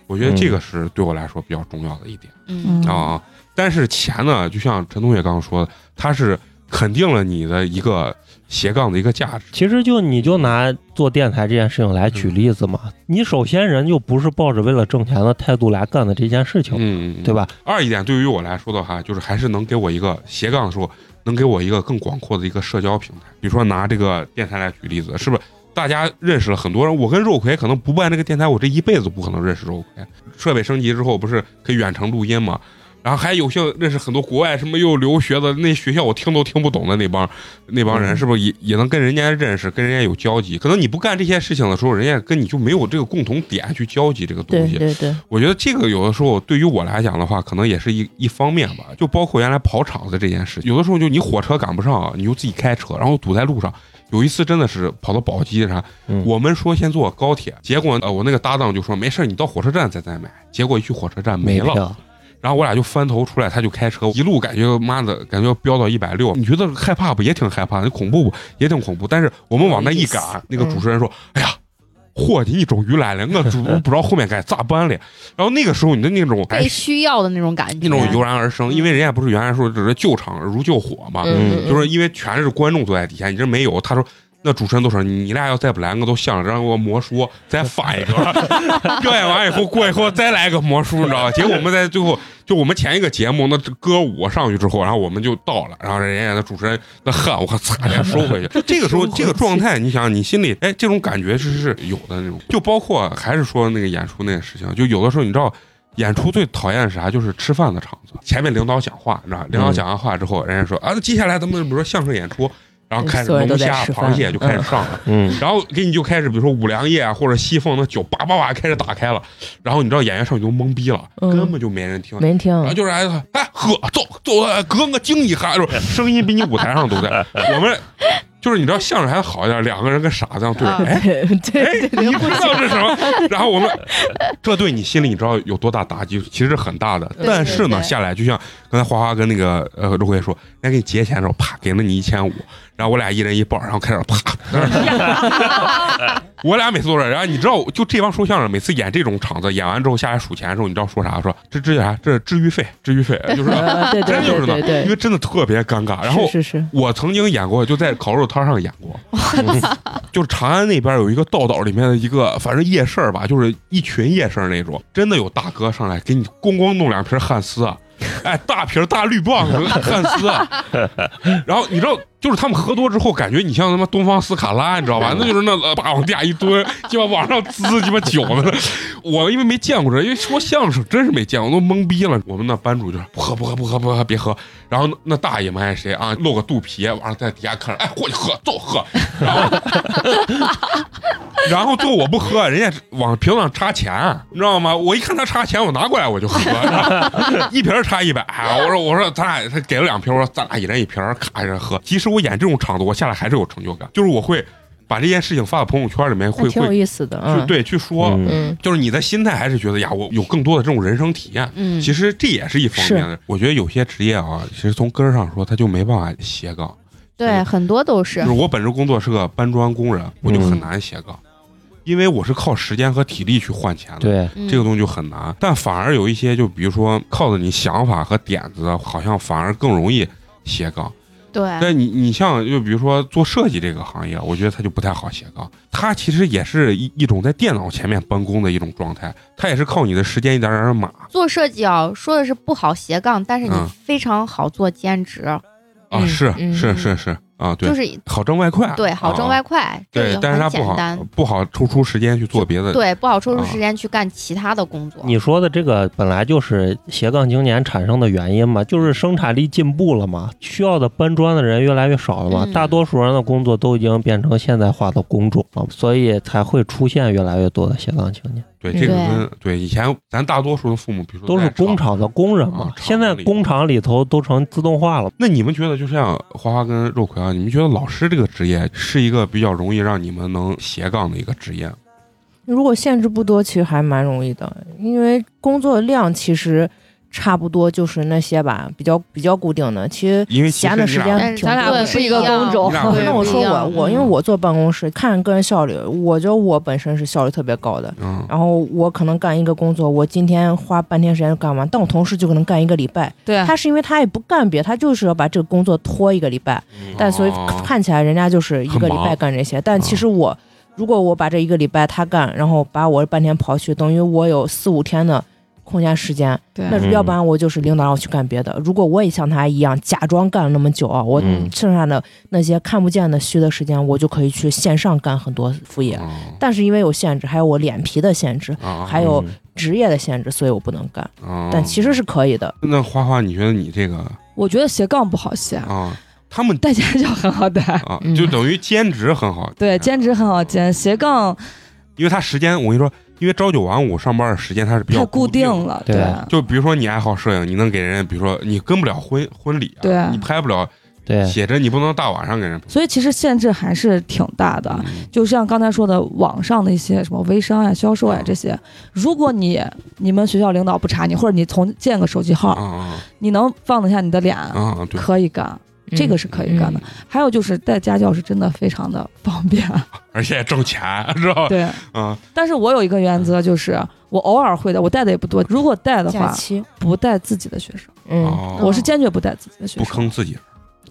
A: 我觉得这个是对我来说比较重要的一点。
E: 嗯
C: 嗯
A: 啊。但是钱呢，就像陈同学刚刚说的，它是肯定了你的一个斜杠的一个价值。
D: 其实就你就拿做电台这件事情来举例子嘛，你首先人就不是抱着为了挣钱的态度来干的这件事情，
A: 嗯，
D: 对
A: 吧？
D: 吧？
A: 二一点，对于我来说的话，就是还是能给我一个斜杠的时候，能给我一个更广阔的一个社交平台。比如说拿这个电台来举例子，是不是？大家认识了很多人，我跟肉葵可能不办这个电台，我这一辈子不可能认识肉葵。设备升级之后，不是可以远程录音吗？然后还有幸认识很多国外什么又留学的那学校，我听都听不懂的那帮那帮人，
D: 嗯
A: 是不是也也能跟人家认识，跟人家有交集？可能你不干这些事情的时候，人家跟你就没有这个共同点去交集这个 东
F: 对
A: 西。啊
F: 对对，
A: 我觉得这个有的时候对于我来讲的话，可能也是一一方面吧。就包括原来跑场子这件事，有的时候就你火车赶不上，你就自己开车，然后堵在路上。有一次真的是跑到宝鸡啥，
D: 嗯
A: 我们说先坐高铁，结果呃我那个搭档就说没事儿，你到火车站再再买。结果一去火车站没了，
D: 票，
A: 然后我俩就翻头出来，他就开车，一路感觉妈的，感觉要飙到一百六。你觉得害怕不？也挺害怕，恐怖不？也挺恐怖。但是我们往那一赶，那个主持人说：“哎呀，嚯，你终于来了！我主我不知道后面该咋办了。”然后那个时候你的那种还
E: 被需要的那种感觉，
A: 那种油然而生，
E: 嗯
A: 因为人家不是原来说只是救场如救火嘛，
F: 嗯，
A: 就是因为全是观众坐在底下，你这没有。他说。那主持人都说你俩要再不来，我都想着让我魔术再发一个。 表演完以后，过以后再来个魔术，你知道吧？结果我们在最后，就我们前一个节目那歌舞上去之后，然后我们就到了，然后人家那主持人那汗，我擦，脸收回去。就 这个时候，这个状态，你想，你心里哎，这种感觉是是有的那种。就包括还是说那个演出那个事情，就有的时候你知道。演出最讨厌是啥？就是吃饭的场子，前面领导讲话，你知道吧，领导讲完话之后，人家说啊，那接下来咱们比如说相声演出，然后开始
F: 所有人
A: 龙
F: 都在
A: 虾、
F: 吃
A: 螃
F: 饭
A: 蟹就开始上了，
D: 嗯，
A: 然后给你就开始，比如说五粮液啊，或者西凤的酒，叭叭叭开始打开了，然后你知道演员上去都懵逼了，
F: 嗯
A: 根本就没人听。
F: 没听
A: 然后就是哎哎喝走走，哎哥我敬你哈，就是哎声音比你舞台上都在。 我们就是你知道相声还好一点，两个人跟傻子一样对着，
E: 啊
A: 哎
F: 对对对，
A: 你不知道是什 么。然后我们，这对你心里你知道有多大打击？其实很大的。
E: 对
A: 但是呢，
E: 对对
A: 下来就像刚才花花跟那个呃周慧说，人家给你结钱的时候，啪给了你一千五，然后我俩一人一半，然后开始啪。 我俩每次都是，然后你知道，就这帮说相声，每次演这种场子，演完之后下来数钱的时候，你知道说啥？说这这叫啥？这是治愈费，治愈费，就是
F: 呃对
A: 哎真
F: 对
A: 就是
F: 对
A: 呢
F: 对，
A: 因
F: 对，
A: 为真的特别尴尬。然后
F: 是是是，
A: 我曾经演过，就在烤肉摊上演过， 就是长安那边有一个道道里面的一个，反正夜市儿吧，就是一群夜市儿那种，真的有大哥上来给你咣咣弄啊两瓶汉斯，哎，大瓶儿大绿棒子啊汉斯，然后你知道就是他们喝多之后，感觉你像他妈东方斯卡拉，你知道吧？那就是那呃把往地下一蹲，鸡巴往上滋鸡巴酒呢。我因为没见过这，因为说相声真是没见过，我都懵逼了。我们那班主就是不喝不喝不喝不喝别喝，然后那大爷们还是谁啊，露个肚皮，完了在底下看着，哎，过去喝，揍喝。然后，然后最后我不喝，人家往瓶子上插钱，你知道吗？我一看他插钱，我拿过来我就喝，一瓶儿差一百，哎我说我说咱俩他给了两瓶，我说咱俩一人一瓶儿，咔一人喝。即使我演这种场子，我下来还是有成就感，就是我会把这件事情发到朋友圈里面，会
F: 那挺有
A: 会
F: 意思的，
A: 去
F: 嗯，
A: 对去说，
D: 嗯
F: 嗯，
A: 就是你的心态还是觉得呀，我有更多的这种人生体验。
E: 嗯，
A: 其实这也是一方面的，我觉得有些职业啊，其实从根儿上说，他就没办法斜杠。
E: 对，很多都是啊
A: 就是我本职工作是个搬砖工人，我就
D: 嗯
A: 很难斜杠，因为我是靠时间和体力去换钱的。
D: 对，
E: 嗯
A: 这个东西就很难。但反而有一些，就比如说靠着你想法和点子，好像反而更容易斜杠。
E: 对，
A: 但你你像就比如说做设计这个行业，我觉得它就不太好斜杠。它其实也是一一种在电脑前面办公的一种状态，它也是靠你的时间一点点儿码
E: 做设计啊，说的是不好斜杠，但是你
A: 嗯
E: 非常好做兼职，
A: 啊，
F: 嗯
A: 是
F: 嗯
A: 是
F: 嗯
A: 是是啊，对
E: 就，是
A: 好挣外快，
E: 对好挣外
A: 啊。
E: 快，这
A: 对
E: 个，
A: 但是它
E: 很
A: 不
E: 简
A: 好
E: 单，
A: 不好抽出时间去做别的。
E: 对，不好抽出
A: 啊
E: 时间去干其他的工作。
D: 你说的这个本来就是斜杠青年产生的原因嘛，就是生产力进步了嘛，需要的搬砖的人越来越少了嘛，
E: 嗯
D: 大多数人的工作都已经变成现代化的工种了，所以才会出现越来越多的斜杠青年，
A: 对，这个
E: 对
A: 跟对以前咱大多数的父母，比如说
D: 都是
A: 在
D: 工厂的工人嘛
A: 啊，
D: 现在工厂里头都成自动化了。
A: 那你们觉得，就像花花跟肉葵啊，你们觉得老师这个职业是一个比较容易让你们能斜杠的一个职业吗？
F: 如果限制不多，其实还蛮容易的，因为工作量其实差不多就是那些吧，比较比较固定的。其实
A: 因为其实
F: 闲的时
A: 你俩
F: 间
C: 但
F: 挺
C: 咱俩
F: 多
C: 不
F: 的。
C: 是一个工种
A: 你俩不是一个工种
F: 那我说
E: 不一样
F: 我我因为
E: 嗯
F: 我坐办公室看个人效率，我觉得我本身是效率特别高的。
A: 嗯，
F: 然后我可能干一个工作，我今天花半天时间干完，但我同事就可能干一个礼拜。
C: 对
F: 他是因为他也不干别的，他就是要把这个工作拖一个礼拜。
D: 嗯
F: 但所以
A: 哦
F: 看起来人家就是一个礼拜干这
D: 哦
F: 些，但其实我如果我把这一个礼拜他干，然后把我半天刨去，等于我有四五天的空闲时间。
C: 对
F: 那
D: 嗯
F: 要不然我就是领导让我去干别的。如果我也像他一样假装干了那么久啊，我
D: 嗯
F: 剩下的那些看不见的虚的时间，我就可以去线上干很多副业。
A: 嗯
F: 但是因为有限制，还有我脸皮的限制，
A: 啊，
F: 还
D: 嗯
F: 有职业的限制，所以我不能干。
A: 啊，
F: 但其实是可以的。
A: 那花花，你觉得你这个
C: 我觉得斜杠不好斜，
A: 啊，他们
C: 带家就很好 带。
A: 啊，
F: 嗯
A: 就等于兼职很好，
C: 对，兼职很好兼，斜杠
A: 因为他时间，我跟你说，因为朝九晚五上班的时间它是比
C: 太
A: 较
C: 固定
A: 定。
C: 了，啊
D: 对
A: 就比如说你爱好摄影，你能给人，比如说你跟不了婚婚礼啊，
C: 对
A: 你拍不了
D: 对，
A: 写真，你不能大晚上给人
C: 所以其实限制还是挺大的。
A: 嗯
C: 就像刚才说的，网上的一些什么微商呀、销售
A: 嗯
C: 呀这些，如果你你们学校领导不查你，或者你从建个手机
A: 啊
C: 号，
A: 啊
C: 你能放得下你的脸，
A: 啊啊，对，
C: 可以干，这个是可以
F: 嗯
C: 干的。还有就是带家教是真的非常的方 便，
A: 而且也挣钱，知道吧？
C: 对。
A: 啊，
C: 但是我有一个原则，就是我偶尔会的，我带的也不多。如果带的
F: 假
C: 话，
F: 期，
C: 不带自己的学生，
F: 嗯，
A: 哦
C: 我是坚决不带自己的学
A: 不
C: 生。
A: 坑自己人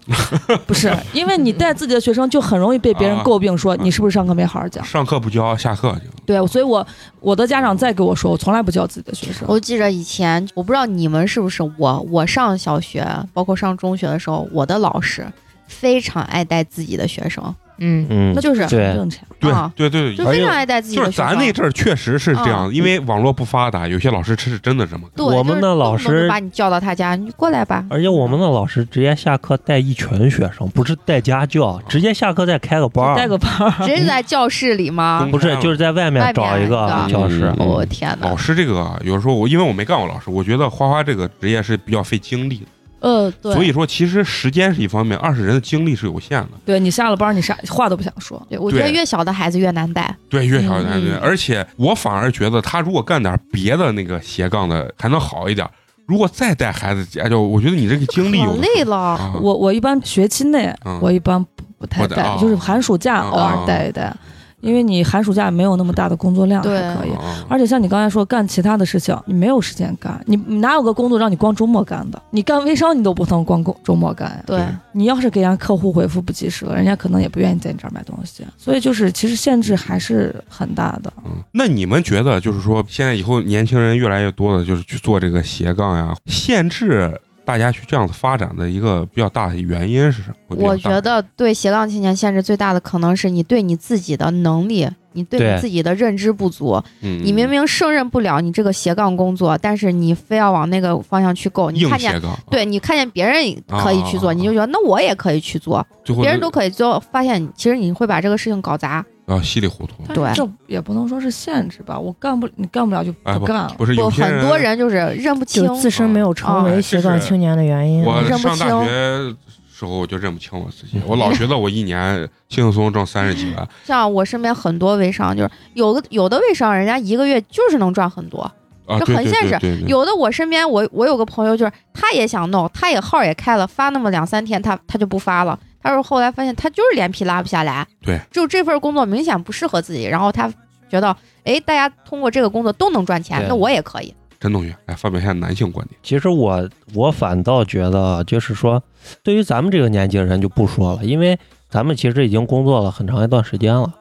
C: 不是，因为你带自己的学生，就很容易被别人
A: 啊
C: 诟病说
A: 嗯
C: 你是不是上课没好好讲。
A: 上课不教，下课就
C: 对，所以我我的家长再给我说，我从来不教自己的学生。
E: 我记着以前，我不知道你们是不是我，我上小学，包括上中学的时候，我的老师非常爱带自己的学生，
F: 嗯，
D: 嗯
C: 那，就是很
D: 对
C: 正常。
A: 对
E: 啊
A: 对对
E: 就
A: 对，而
E: 非常
A: 且
E: 爱带自己
A: 哎就
E: 的
A: 是
E: 学生。
A: 咱那阵儿确实是这样，
E: 嗯
A: 因为网络不发达，有些老师是真的这么干。
E: 对，
D: 我们
E: 就是
D: 的
E: 动不
D: 老
E: 动就
D: 师
E: 把你叫到他家，你过来吧。
D: 而且我们的老师直接下课带一群学生，不是带家教，直接下课再开个班
C: 带
D: 儿，
C: 个班儿，
E: 人家在教室里吗？
A: 嗯
D: 不是就是在外面找一
E: 外面
D: 个
E: 一个
D: 教室
A: 嗯。
E: 我、天哪
A: 老！师这个啊有时候我因为我没干过老师，我觉得花花这个职业是比较费精力的，
E: 呃，对，
A: 所以说其实时间是一方面，二是人的精力是有限的。
C: 对你下了班儿，你啥话都不想说。
E: 对，我觉得
A: 对
E: 越小的孩子越难带。
A: 对，越小越难对，
F: 嗯
A: 而且我反而觉得他如果干点别的那个斜杠的还能好一点，如果再带孩子家教，我觉得你这个精力
E: 可
A: 有的
E: 累
A: 啊
E: 了，
C: 我我一般学期内
A: 嗯，
C: 我一般不不太
A: 不带
C: 带
A: 哦，
C: 就是寒暑假
A: 哦
C: 偶尔带一带，因为你寒暑假没有那么大的工作量，
E: 对
C: 还可以。
A: 啊
C: 而且像你刚才说干其他的事情，你没有时间干，你你哪有个工作让你光周末干的？你干微商你都不能光工周末干呀。
E: 对，
C: 你要是给人家客户回复不及时了，人家可能也不愿意在你这儿买东西。所以就是其实限制还是很大的。
A: 嗯，那你们觉得，就是说，现在以后年轻人越来越多的，就是去做这个斜杠呀，限制大家去这样子发展的一个比较大的原因是什么？会比较
E: 我
A: 大
E: 觉得对斜杠青年限制最大的可能是你对你自己的能力，你对
D: 对
E: 你自己的认知不足。
A: 嗯，
E: 你明明胜任不了你这个斜杠工作，但是你非要往那个方向去够。你
A: 硬
E: 看见
A: 斜杠，啊，
E: 对你看见别人可以去做，
A: 啊
E: 你就觉得那我也可以去做，
A: 最后
E: 别人
A: 就
E: 都可以，最后发现其实你会把这个事情搞砸。
A: 啊稀里糊涂。
C: 但
E: 对
C: 是这也不能说是限制吧，我干不你干不了就
A: 哎
C: 不干了。
A: 不是
E: 不，
A: 有些
E: 很多人就是认不清
F: 就。自身没有成
A: 啊
F: 为斜杠青年的原因。啊
A: 哦我
E: 认不
A: 上大
E: 清
A: 学时候我就认不清我自
D: 嗯
A: 己，我老觉得我一年轻轻松松挣三十几万，
E: 像我身边很多微商，就是有个有的微商，人家一个月就是能赚很多，
A: 啊，
E: 这
A: 对
E: 很
A: 对
E: 现
A: 对
E: 实
A: 对对
E: 有的我身边我我有个朋友就是他也想弄，他也号也开了，发那么两三天他他就不发了。他说后来发现他就是脸皮拉不下来，
A: 对，
E: 就这份工作明显不适合自己，然后他觉得哎，大家通过这个工作都能赚钱，
D: 对
E: 那我也可以。
A: 陈同学来发表一下男性观点。
D: 其实我我反倒觉得，啊就是说，对于咱们这个年纪的人就不说了，因为咱们其实已经工作了很长一段时间了。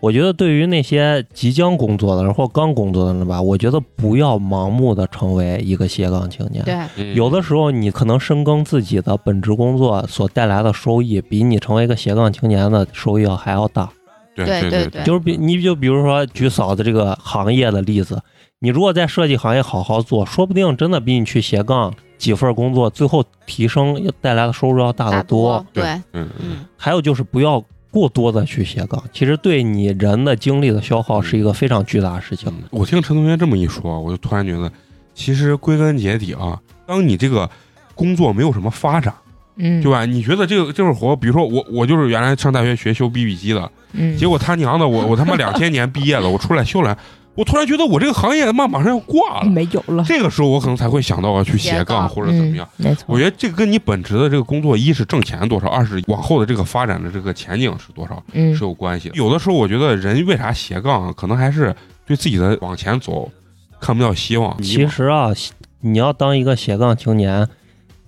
D: 我觉得对于那些即将工作的人或刚工作的人吧，我觉得不要盲目的成为一个斜杠青年。
E: 对，
A: 有
D: 有的时候，你可能深耕自己的本职工作所带来的收益，比你成为一个斜杠青年的收益要还要大。
A: 对
E: 对
A: 对
E: 对对
D: 就是比你就比如说举嫂子这个行业的例子，你如果在设计行业好好做，说不定真的比你去斜杠几份工作，最后提升带来的收入要大
E: 大
D: 得多。
A: 对
E: 对，
A: 嗯嗯
E: 嗯，
D: 还有就是不要过多的去斜杠，其实对你人的精力的消耗是一个非常巨大的事情。
A: 嗯，我听陈同学这么一说，我就突然觉得，其实归根结底啊，当你这个工作没有什么发展，
F: 嗯，
A: 对吧？你觉得这个这份活，比如说我我就是原来上大学学修 BB 机的，
F: 嗯，
A: 结果他娘的，我我 他妈两千年毕业了，我出来修来，我突然觉得我这个行业他妈马上要挂了，
C: 没有了，
A: 这个时候我可能才会想到要去斜
E: 斜
A: 杠
E: 杠
A: 或者怎么样。
F: 嗯？没错，
A: 我觉得这个跟你本职的这个工作，一是挣钱多少，二是往后的这个发展的这个前景是多少
F: 嗯
A: 是有关系的。有的时候我觉得人为啥斜杠啊，可能还是对自己的往前走看不到希望。迷
D: 其
A: 茫
D: 实啊，你要当一个斜杠青年，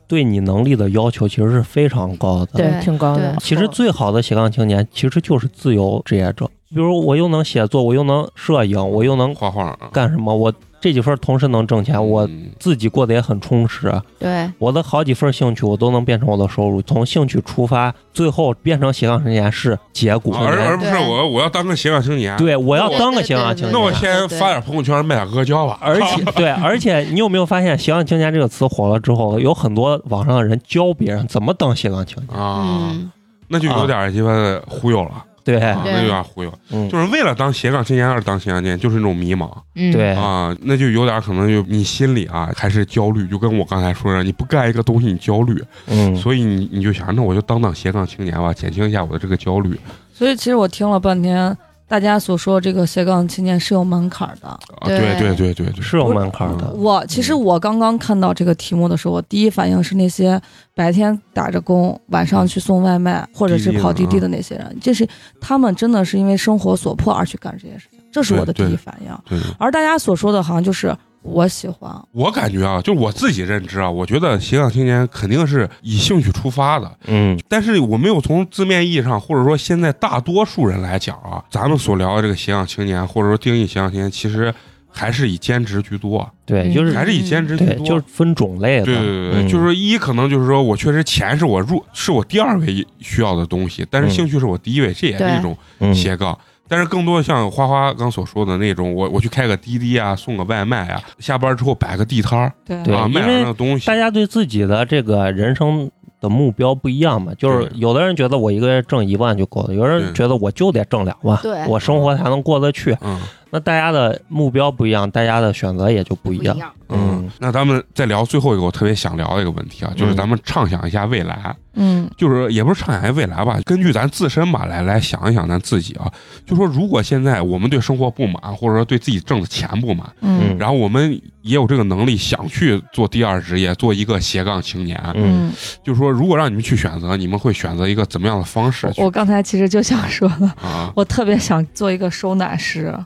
D: 对你能力的要求其实是非常高的。
F: 对
E: 对
F: 挺高的
E: 对。
D: 其实最好的斜杠青年其实就是自由职业者，比如我又能写作，我又能摄影，我又能
A: 画画啊，
D: 干什么？我这几份同时能挣钱，哎我
A: 嗯
D: 自己过得也很充实。啊
E: 对
D: 我的好几份兴趣我都能变成我的收入，从兴趣出发，最后变成斜杠青年是结果。
A: 哦而而不是
E: 对
A: 我我要当个斜杠青年，
D: 对，我要
E: 对
D: 当个
E: 对
D: 斜杠青
E: 对
D: 年。
A: 那我
E: 对
A: 先
E: 对
A: 发点朋友圈卖点阿胶吧。
D: 而且对，而且你有没有发现“斜杠青年”这个词火了之后，有很多网上的人教别人怎么当斜杠青年？
A: 啊，
E: 嗯，
A: 那就有点鸡巴忽悠了，
D: 对，
E: 哦
A: 啊那就有点忽悠，
D: 嗯，
A: 就是为了当斜杠青年而当斜杠青年，就是那种迷茫。
F: 嗯，
D: 对，
A: 啊，那就有点可能就你心里啊还是焦虑，就跟我刚才说的，你不干一个东西你焦虑，
D: 嗯，
A: 所以你你就想，那我就当当斜杠青年吧，减轻一下我的这个焦虑
C: 所以其实我听了半天，大家所说这个斜杠青年是有门槛的。
A: 啊。对对
E: 对
A: 对对对，
D: 是有门槛的。
C: 我其实我刚刚看到这个题目的时候，我第一反应是那些白天打着工，晚上去送外卖或者是跑滴滴的那些
D: 嗯
C: 人，这是他们真的是因为生活所迫而去干这些事情，这是我的第
A: 对对
C: 一反应。
D: 嗯
A: 对，
C: 而大家所说的好像就是我喜欢，
A: 我感觉啊，就是我自己认知啊，我觉得斜杠青年肯定是以兴趣出发的，
D: 嗯，
A: 但是我没有从字面意义上，或者说现在大多数人来讲啊，咱们所聊的这个斜杠青年，或者说定义斜杠青年，其实还是以兼职居多，啊
D: 对，
F: 嗯
D: 就是
A: 还是以兼职居
D: 对，
A: 多，
D: 就是分种类的。
A: 对对对，对，
D: 嗯
A: 就是说一可能就是说我确实钱是我入是我第二位需要的东西，但是
D: 嗯
A: 兴趣是我第一位，这也是
E: 对
A: 一种斜杠。但是更多像花花刚所说的那种，我我去开个滴滴啊，送个外卖啊，下班之后摆个地摊儿
C: 对
D: 对
A: 啊，卖
D: 因
A: 点
D: 为
A: 那个东西
D: 大。家对自己的这个人生的目标不一样嘛，就是
A: 对
D: 有的人觉得我一个月挣一万就够了，有
A: 对
D: 人觉得我就得挣两万，
E: 对
D: 我生活才能过得去。
A: 嗯
D: 那大家的目标不一样，大家的选择也就不一
E: 不一
D: 样。
E: 样。
A: 嗯
D: 嗯，
A: 那咱们再聊最后一个我特别想聊的一个问题啊，就是
D: 嗯
A: 咱们畅想一下未来，
C: 嗯，
A: 就是也不是畅想一下未来吧，根据咱自身吧来来想一想咱自己啊，就说如果现在我们对生活不满，或者说对自己挣的钱不满，
C: 嗯
D: 嗯
A: 然后我们也有这个能力想去做第二职业，做一个斜杠青年。
D: 嗯，
A: 就是说，如果让你们去选择，你们会选择一个怎么样的方式去
C: 我刚才其实就想说了，
A: 啊？
C: 我特别想做一个收纳师，
A: 啊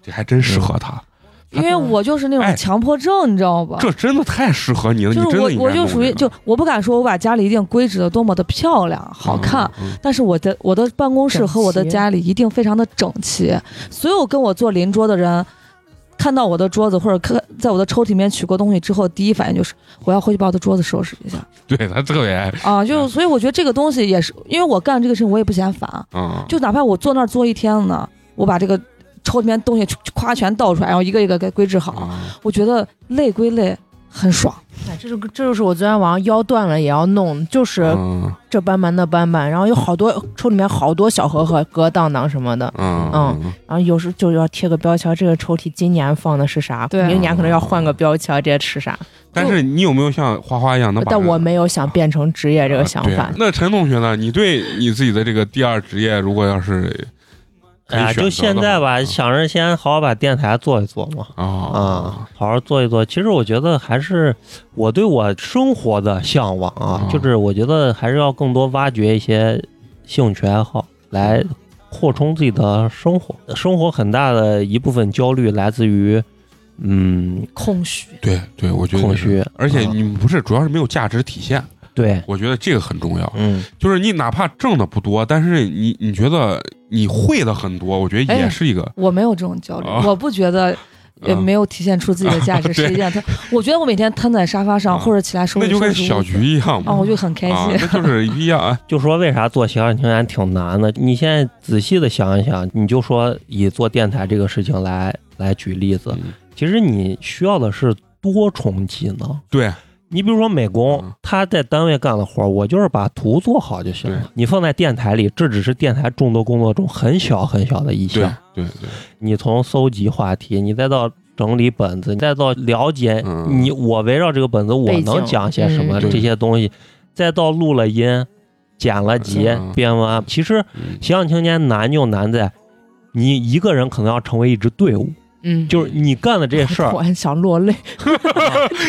A: 这还真适合
D: 嗯
A: 他，
C: 因为我就是那
A: 哎
C: 种强迫症，你知道吧？
A: 这真的太适合你了。
C: 就
A: 你
C: 是
A: 真的应
C: 我，我
A: 该
C: 就
A: 弄
C: 属于
A: 这个
C: 就我不敢说我把家里一定规制的多么的漂亮好看，，
A: 嗯嗯
C: 但是我的我的办公室和我的
F: 整齐
C: 家里一定非常的整齐，所有跟我做邻桌的人。看到我的桌子或者看在我的抽屉里面取过东西之后，第一反应就是我要回去把我的桌子收拾一下
A: 对他特别爱
C: 啊！就是所以我觉得这个东西也是，因为我干这个事情我也不嫌烦，
A: 啊，
C: 就哪怕我坐那儿坐一天呢，我把这个抽屉里面东西夸全倒出来，然后一个一个给归置好，
A: 啊
C: 我觉得累归累，很爽。
F: 哎，这是这就是我昨天晚上腰断了也要弄，就是
A: 嗯
F: 这斑斑那斑斑，然后有好多抽里面好多小盒盒、格当当什么的，
A: 嗯
F: 嗯然后有时就要贴个标签，这个抽屉今年放的是啥，
E: 对
F: 明年可能要换个标签，这些吃啥。
A: 但是你有没有像花花一样能把？
F: 但我没有想变成职业这个想
A: 对
F: 法
A: 啊。那陈同学呢？你对你自己的这个第二职业，如果要是可
D: 哎
A: 以
D: 呀，
A: 选
D: 就
A: 择
D: 现
A: 的
D: 在
A: 话
D: 吧，想着先好好把电台做一做嘛，
A: 啊
D: 啊，好好做一做。其实我觉得还是我对我生活的向往啊
A: 啊，
D: 就是我觉得还是要更多挖掘一些兴趣爱好来扩充自己的生活。生活很大的一部分焦虑来自于，嗯，
C: 空虚，
A: 对对，我觉得
D: 空
A: 也是，
D: 虚，
A: 而且
D: 啊
A: 你不是主要是没有价值体现，
D: 对，
A: 我觉得这个很重要。
D: 嗯，
A: 就是你哪怕挣的不多，但是你你觉得你会的很多，我觉得也
C: 哎
A: 是一个
C: 我没有这种焦虑，
A: 啊
C: 我不觉得。也
A: 嗯
C: 没有体现出自己的 价值，
A: 对
C: 是一件特。我觉得我每天瘫在沙发上
A: 啊
C: 或者起来收
A: 那
C: 拾
A: 就
C: 收
A: 跟
C: 拾
A: 小
C: 屋子
A: 菊一样嘛，
F: 哦
C: 啊，我就很开
A: 啊，
C: 心。
A: 那就是一样 啊，
D: 就说为啥做斜杠青年挺难的？你现在仔细的想一想，你就说以做电台这个事情来来举例子，
A: 嗯
D: 其实你需要的是多重技能。
A: 对，
D: 你比如说美工
A: 嗯，
D: 他在单位干的活儿，我就是把图做好就行
A: 对
D: 了。你放在电台里，这只是电台众多工作中很小很小的一
A: 对
D: 项。
A: 对对，
D: 你从搜集话题，你再到整理本子，你再到了解
A: 嗯
D: 你我围绕这个本子我
F: 背景
D: 能讲些什
A: 嗯
D: 么
A: 对
D: 这些东西，再到录了音、剪了辑
A: 嗯、
D: 编完。其实
A: 嗯
D: 斜杠青年难就难在，你一个人可能要成为一支队伍，
F: 嗯，
D: 就是你干的这些 事儿
F: 我，很想落泪。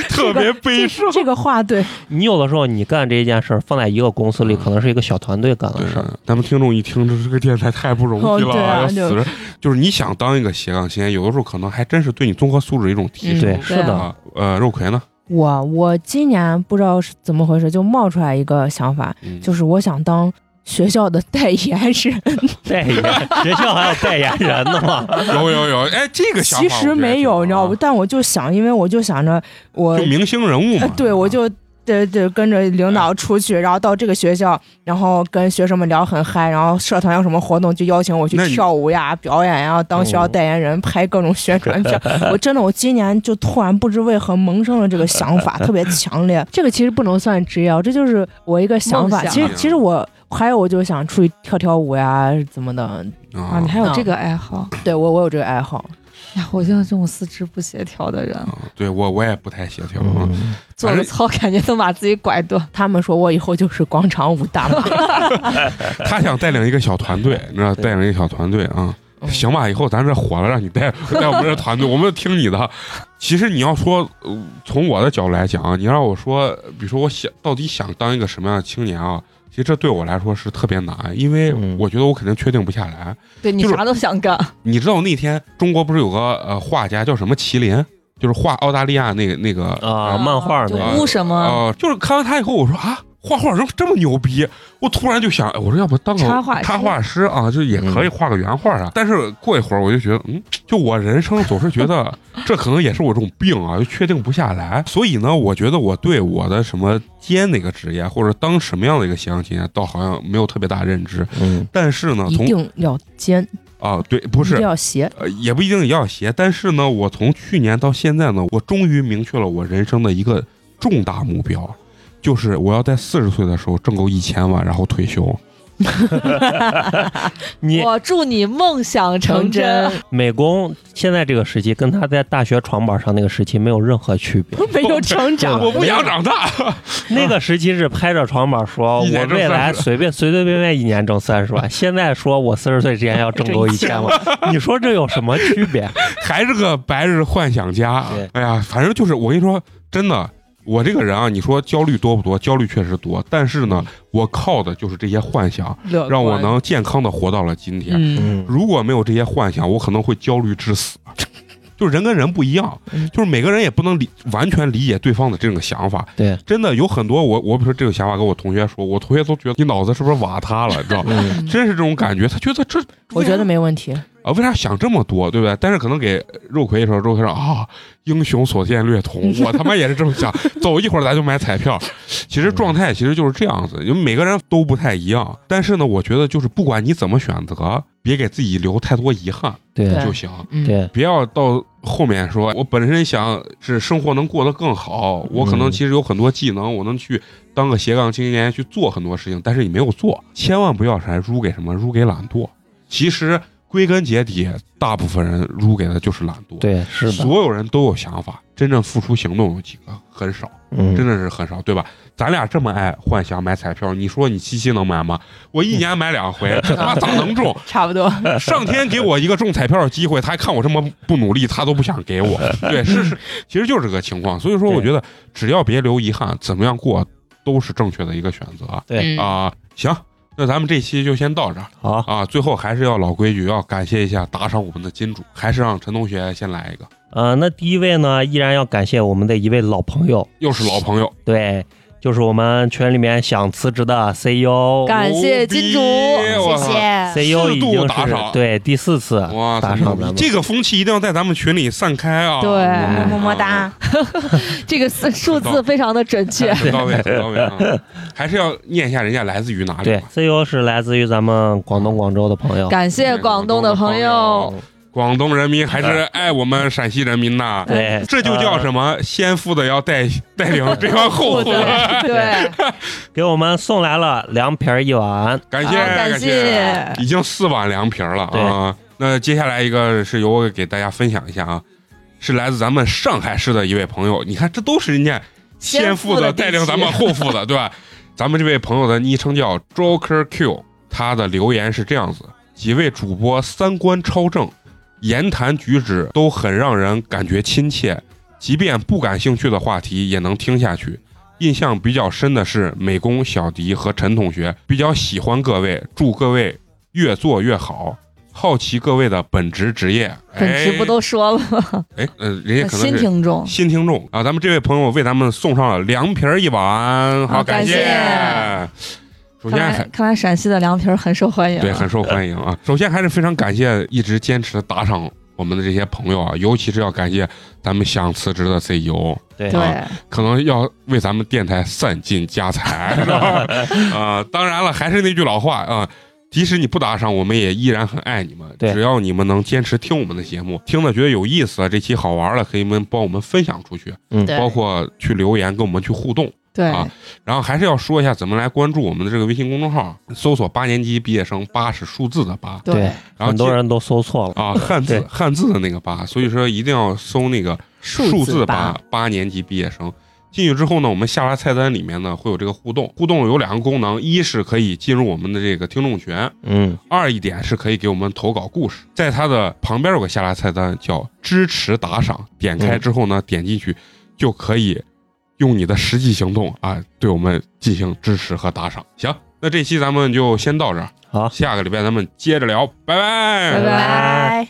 A: 特别悲
F: 这这个话对，
D: 你有的时候你干这一件事儿，放在一个公司里，
A: 嗯
D: 可能是一个小团队干的
A: 对
D: 事儿。，
A: 咱们听众一听，这这个电台太不容易了，
F: 哦对啊
A: 要死
F: 就
A: 人。就是你想当一个斜杠青年，有的时候可能还真是对你综合素质一种提升。
D: 对，
C: 嗯
D: 是
C: 对
D: 的，
A: 啊，呃，肉葵呢？
F: 我我今年不知道是怎么回事，就冒出来一个想法，
A: 嗯
F: 就是我想当学校的代言人。
D: 代言学校还有代言人呢嘛？
A: 有有有，哎，这个想法
F: 其实没有，
A: 我
F: 你
A: 觉
F: 知
A: 得挺好？
F: 道不
A: 啊
F: 但我就想，因为我就想着我
A: 就明星人物嘛啊
F: 呃，对，我就得得跟着
A: 嗯
F: 领导出去，然后到这个学校，然后跟学生们聊很嗨，然后社团有什么活动就邀请我去
A: 那你哦
F: 跳舞呀、表演呀，当学校代言人，拍各种宣传片。我真的，我今年就突然不知为何萌生了这个想法，特别强烈。 这个其实不能算职业，啊，这就是我一个想法。
C: 梦想
F: 其
A: 啊
F: 实其实我。还有，我就想出去跳跳舞呀，怎么的？
C: 啊，
A: 啊
C: 你，还有
F: 嗯
C: 这个爱好？
F: 对我，我有这个爱好。
C: 哎呀，我就是这种四肢不协调的人，
A: 啊对我我也不太协调啊。
D: 嗯
C: 做
A: 反
C: 个
A: 正
C: 操感觉能把自己拐断。
F: 他们说我以后就是广场舞大妈。
A: 啊他想带领一个小团队，你知道，
D: 对
A: 带领一个小团队啊。
F: 嗯
A: 行吧，以后咱这火了，让你带带我们这团队，我们听你的。其实你要说，呃从我的角度来讲啊，你让我说，比如说我想到底想当一个什么样的青年啊，其实这对我来说是特别难，因为
D: 嗯
A: 我觉得我肯定确定不下来。
C: 对你
A: 就是
C: 啥都想干，
A: 你知道那天中国不是有个呃画家叫什么麒麟，就是画澳大利亚那个那个
D: 啊，漫画那
C: 就
D: 个
C: 污什么
A: 啊、就是看完他以后，我说啊，画画能这么牛逼，我突然就想，哎我说要不当个
C: 插画师嗯
A: 插画师啊，就也可以画个原画啊。但是过一会儿我就觉得，嗯，就我人生总是觉得这可能也是我这种病啊，就确定不下来。所以呢，我觉得我对我的什么兼哪个职业或者当什么样的一个斜杠青年，倒好像没有特别大认知。
D: 嗯，
A: 但是呢，
F: 一
A: 从
F: 定要尖，
A: 啊，对，不
F: 一
A: 是
F: 定要斜。
A: 呃，也不一定要斜，但是呢，我从去年到现在呢，我终于明确了我人生的一个重大目标，就是我要在四十岁的时候挣够一千万，然后退休。
D: 你
C: 我祝你梦想成真。
D: 美工现在这个时期跟他在大学床板上那个时期没有任何区 别。
F: 没有成长，
A: 我不想长大，
D: 那个时期是拍着床板说，
A: 一
D: 我
A: 年挣
D: 未来
A: 30
D: 随便随随便便一年挣三十万，现在说我四十岁之前要挣够一千万，你说这有什么区别？
A: 还是个白日幻想家
D: 对。
A: 哎呀，反正就是我跟你说，真的，我这个人啊，你说焦虑多不多？焦虑确实多，但是呢，我靠的就是这些幻想，让我能健康的活到了今天。
F: 嗯，
D: 嗯，
A: 如果没有这些幻想，我可能会焦虑致死。 就是人跟人不一样
F: 嗯，
A: 就是每个人也不能理完全理解对方的这种想法。
D: 对，
A: 真的有很多我我比如说这种想法跟我同学说，我同学都觉得你脑子是不是瓦塌了，你知道吗？
D: 嗯，
A: 真是这种感觉，他觉得这
F: 我觉得没问题。
A: 啊，为啥想这么多，对不对？但是可能给肉葵说，肉葵说啊，英雄所见略同，我他妈也是这么想。 走一会儿咱就买彩票，其实状态其实就是这样子，因为每个人都不太一样。但是呢，我觉得就是不管你怎么选择，别给自己留太多遗憾
D: 对
F: 对
A: 就行，
F: 嗯，
D: 对，
A: 不要到后面说我本身想是生活能过得更好，我可能
D: 嗯
A: 其实有很多技能，我能去当个斜杠青年去做很多事情，但是你没有做，千万不要啥输给什么，输给懒惰。其实归根结底，大部分人输给的就是懒惰。
D: 对，是的，
A: 所有人都有想法，真正付出行动有几个？很少，真
D: 嗯，
A: 的是很少，对吧？咱俩这么爱幻想买彩票，你说你七七能买吗？我一年买两回，这他妈咋能中？
F: 差不多。
A: 上天给我一个中彩票的机会，他还看我这么不努力，他都不想给我。 对，是是，其实就是这个情况。所以说，我觉得只要别留遗憾，怎么样过都是正确的一个选择啊、
D: 对
E: 嗯
A: 行，那咱们这期就先到这儿
D: 好，
A: 啊。最后还是要老规矩，要感谢一下打赏我们的金主，还是让陈同学先来一个，
D: 呃，那第一位呢，依然要感谢我们的一位老朋友，
A: 又是老朋友，
D: 对，就是我们群里面想辞职的 E CEO，
C: 感谢金主
A: 牛逼我
E: 谢
A: 操
E: 谢。
D: CEO E 已
A: 呃适度
D: 经
A: 打
D: 是
A: 赏
D: 对第四次
A: 哇，
D: 打赏咱们哎
A: 这个风气一定要在咱们群里散开啊！
C: 对
A: 嗯
F: 么么哒，
C: 这个字数字非常的准确
A: 啊，很到位，很到 位啊！还是要念一下人家来自于哪里
D: 对
A: 嘛。
D: ，CEO 是来自于咱们广东广州的朋友，
C: 感谢广东的朋友，
A: 广东人民还是爱我们陕西人民呐。
D: 对，
A: 哎这就叫什
D: 么？
A: 么？先富的要带带领这帮后富的， 哎
C: 对，
D: 呃给我们送来了凉皮儿一碗，
A: 感谢
C: 好感
A: 谢
C: 谢，
A: 已经四碗凉皮儿了啊！那接下来一个是由我给大家分享一下啊，是来自咱们上海市的一位朋友，你看这都是人家先富的带领咱们后富 的，对吧？咱们这位朋友的昵称叫 Joker Q，他的留言是这样子：几位主播三观超正，言谈举止都很让人感觉亲切，即便不感兴趣的话题也能听下去。印象比较深的是美工小迪和陈同学，比较喜欢各位，祝各位越做越好。好奇各位的本职职业，
C: 本职不都说了吗？
A: 哎，哎呃，人家可能
C: 新
A: 是
C: 听众，
A: 新听众啊，咱们这位朋友为咱们送上了凉皮儿一碗，好，
C: 好
A: 感谢。首先
C: 感看来
A: 还
C: 看来陕西的凉皮儿很受欢迎，
A: 对很受欢迎啊，首先还是非常感谢一直坚持打赏我们的这些朋友啊，尤其是要感谢咱们想辞职的 E CEO，
D: 对
C: 对，
A: 可能要为咱们电台散尽家 财，是吧？啊，当然了，还是那句老话啊。即使你不打赏，我们也依然很爱你们。
D: 对
A: 只要你们能坚持听我们的节目，听的觉得有意思，这期好玩了，可以们帮我们分享出去，
D: 嗯
E: 对
A: 包括去留言跟我们去互动。
C: 对，
A: 啊然后还是要说一下怎么来关注我们的这个微信公众号，搜索“八年级毕业生”，八是数字的八，
D: 对
C: 对，
A: 然后
D: 很多
A: 记
D: 人都搜错了，
A: 啊汉字
D: 对
A: 汉字的那个八，所以说一定要搜那个数字
F: 吧，
A: 八八年级毕业生。进去之后呢，我们下拉菜单里面呢会有这个互动，互动有两个功能，一是可以进入我们的这个听众群，
D: 嗯，
A: 二一点是可以给我们投稿故事，在它的旁边有个下拉菜单叫支持打赏，点开之后呢，点进去就可以用你的实际行动啊，对我们进行支持和打赏。行，那这期咱们就先到这儿，
D: 好，
A: 下个礼拜咱们接着聊，拜拜
C: 拜
D: 拜
C: 拜。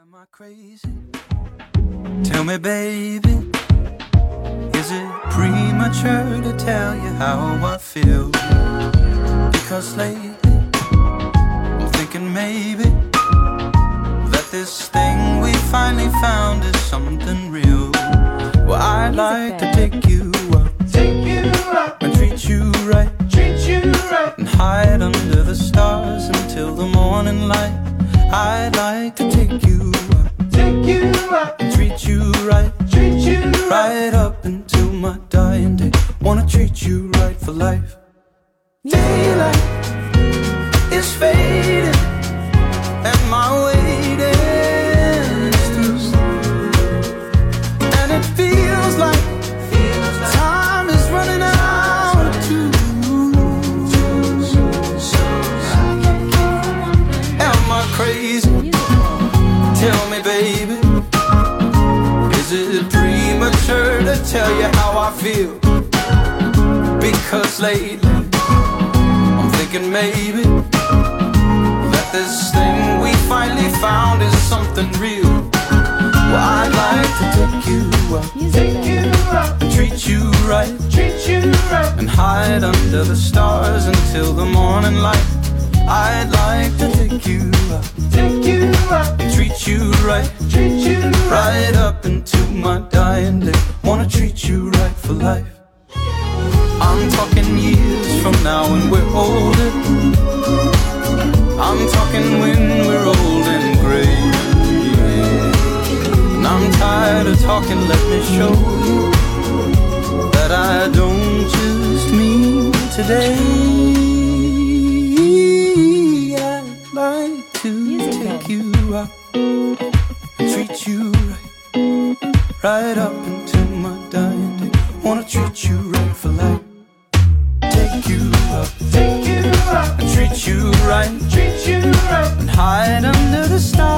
B: Am I crazy? Tell me, baby, is it premature to tell you how I feel? Because lately, I'm thinking maybe that this thing we finally found is something real. Well, I'd like to take you up, take you up, and treat you right, treat you right, and hide under the stars until the morning light. I'd like to take you up, take you up, and treat you right, treat you right, up until my dying day. Wanna treat you right for life. Daylight is fading, and my waiting is through. And it feels like time is running out too. Am I crazy? Tell me, baby. Is it premature to tell you how I feel? Because lately, I'm thinking maybe that this thing we find. finally found is something real. Well, I'd like to take you up, take you up, treat you right, treat you right, and hide under the stars until the morning light. I'd like to take you up, take you up, and treat you right, treat you right up into my dying day. Wanna treat you right for life. I'm talking years from now when we're older. I'm talking when we're old and gray. And I'm tired of talking, let me show you that I don't just mean today. I'd like to take you up and treat you right, right up until my dying day. Wanna treat you right for life. Take you up, take you up, and treat you right, treat you right, and hide under the stars.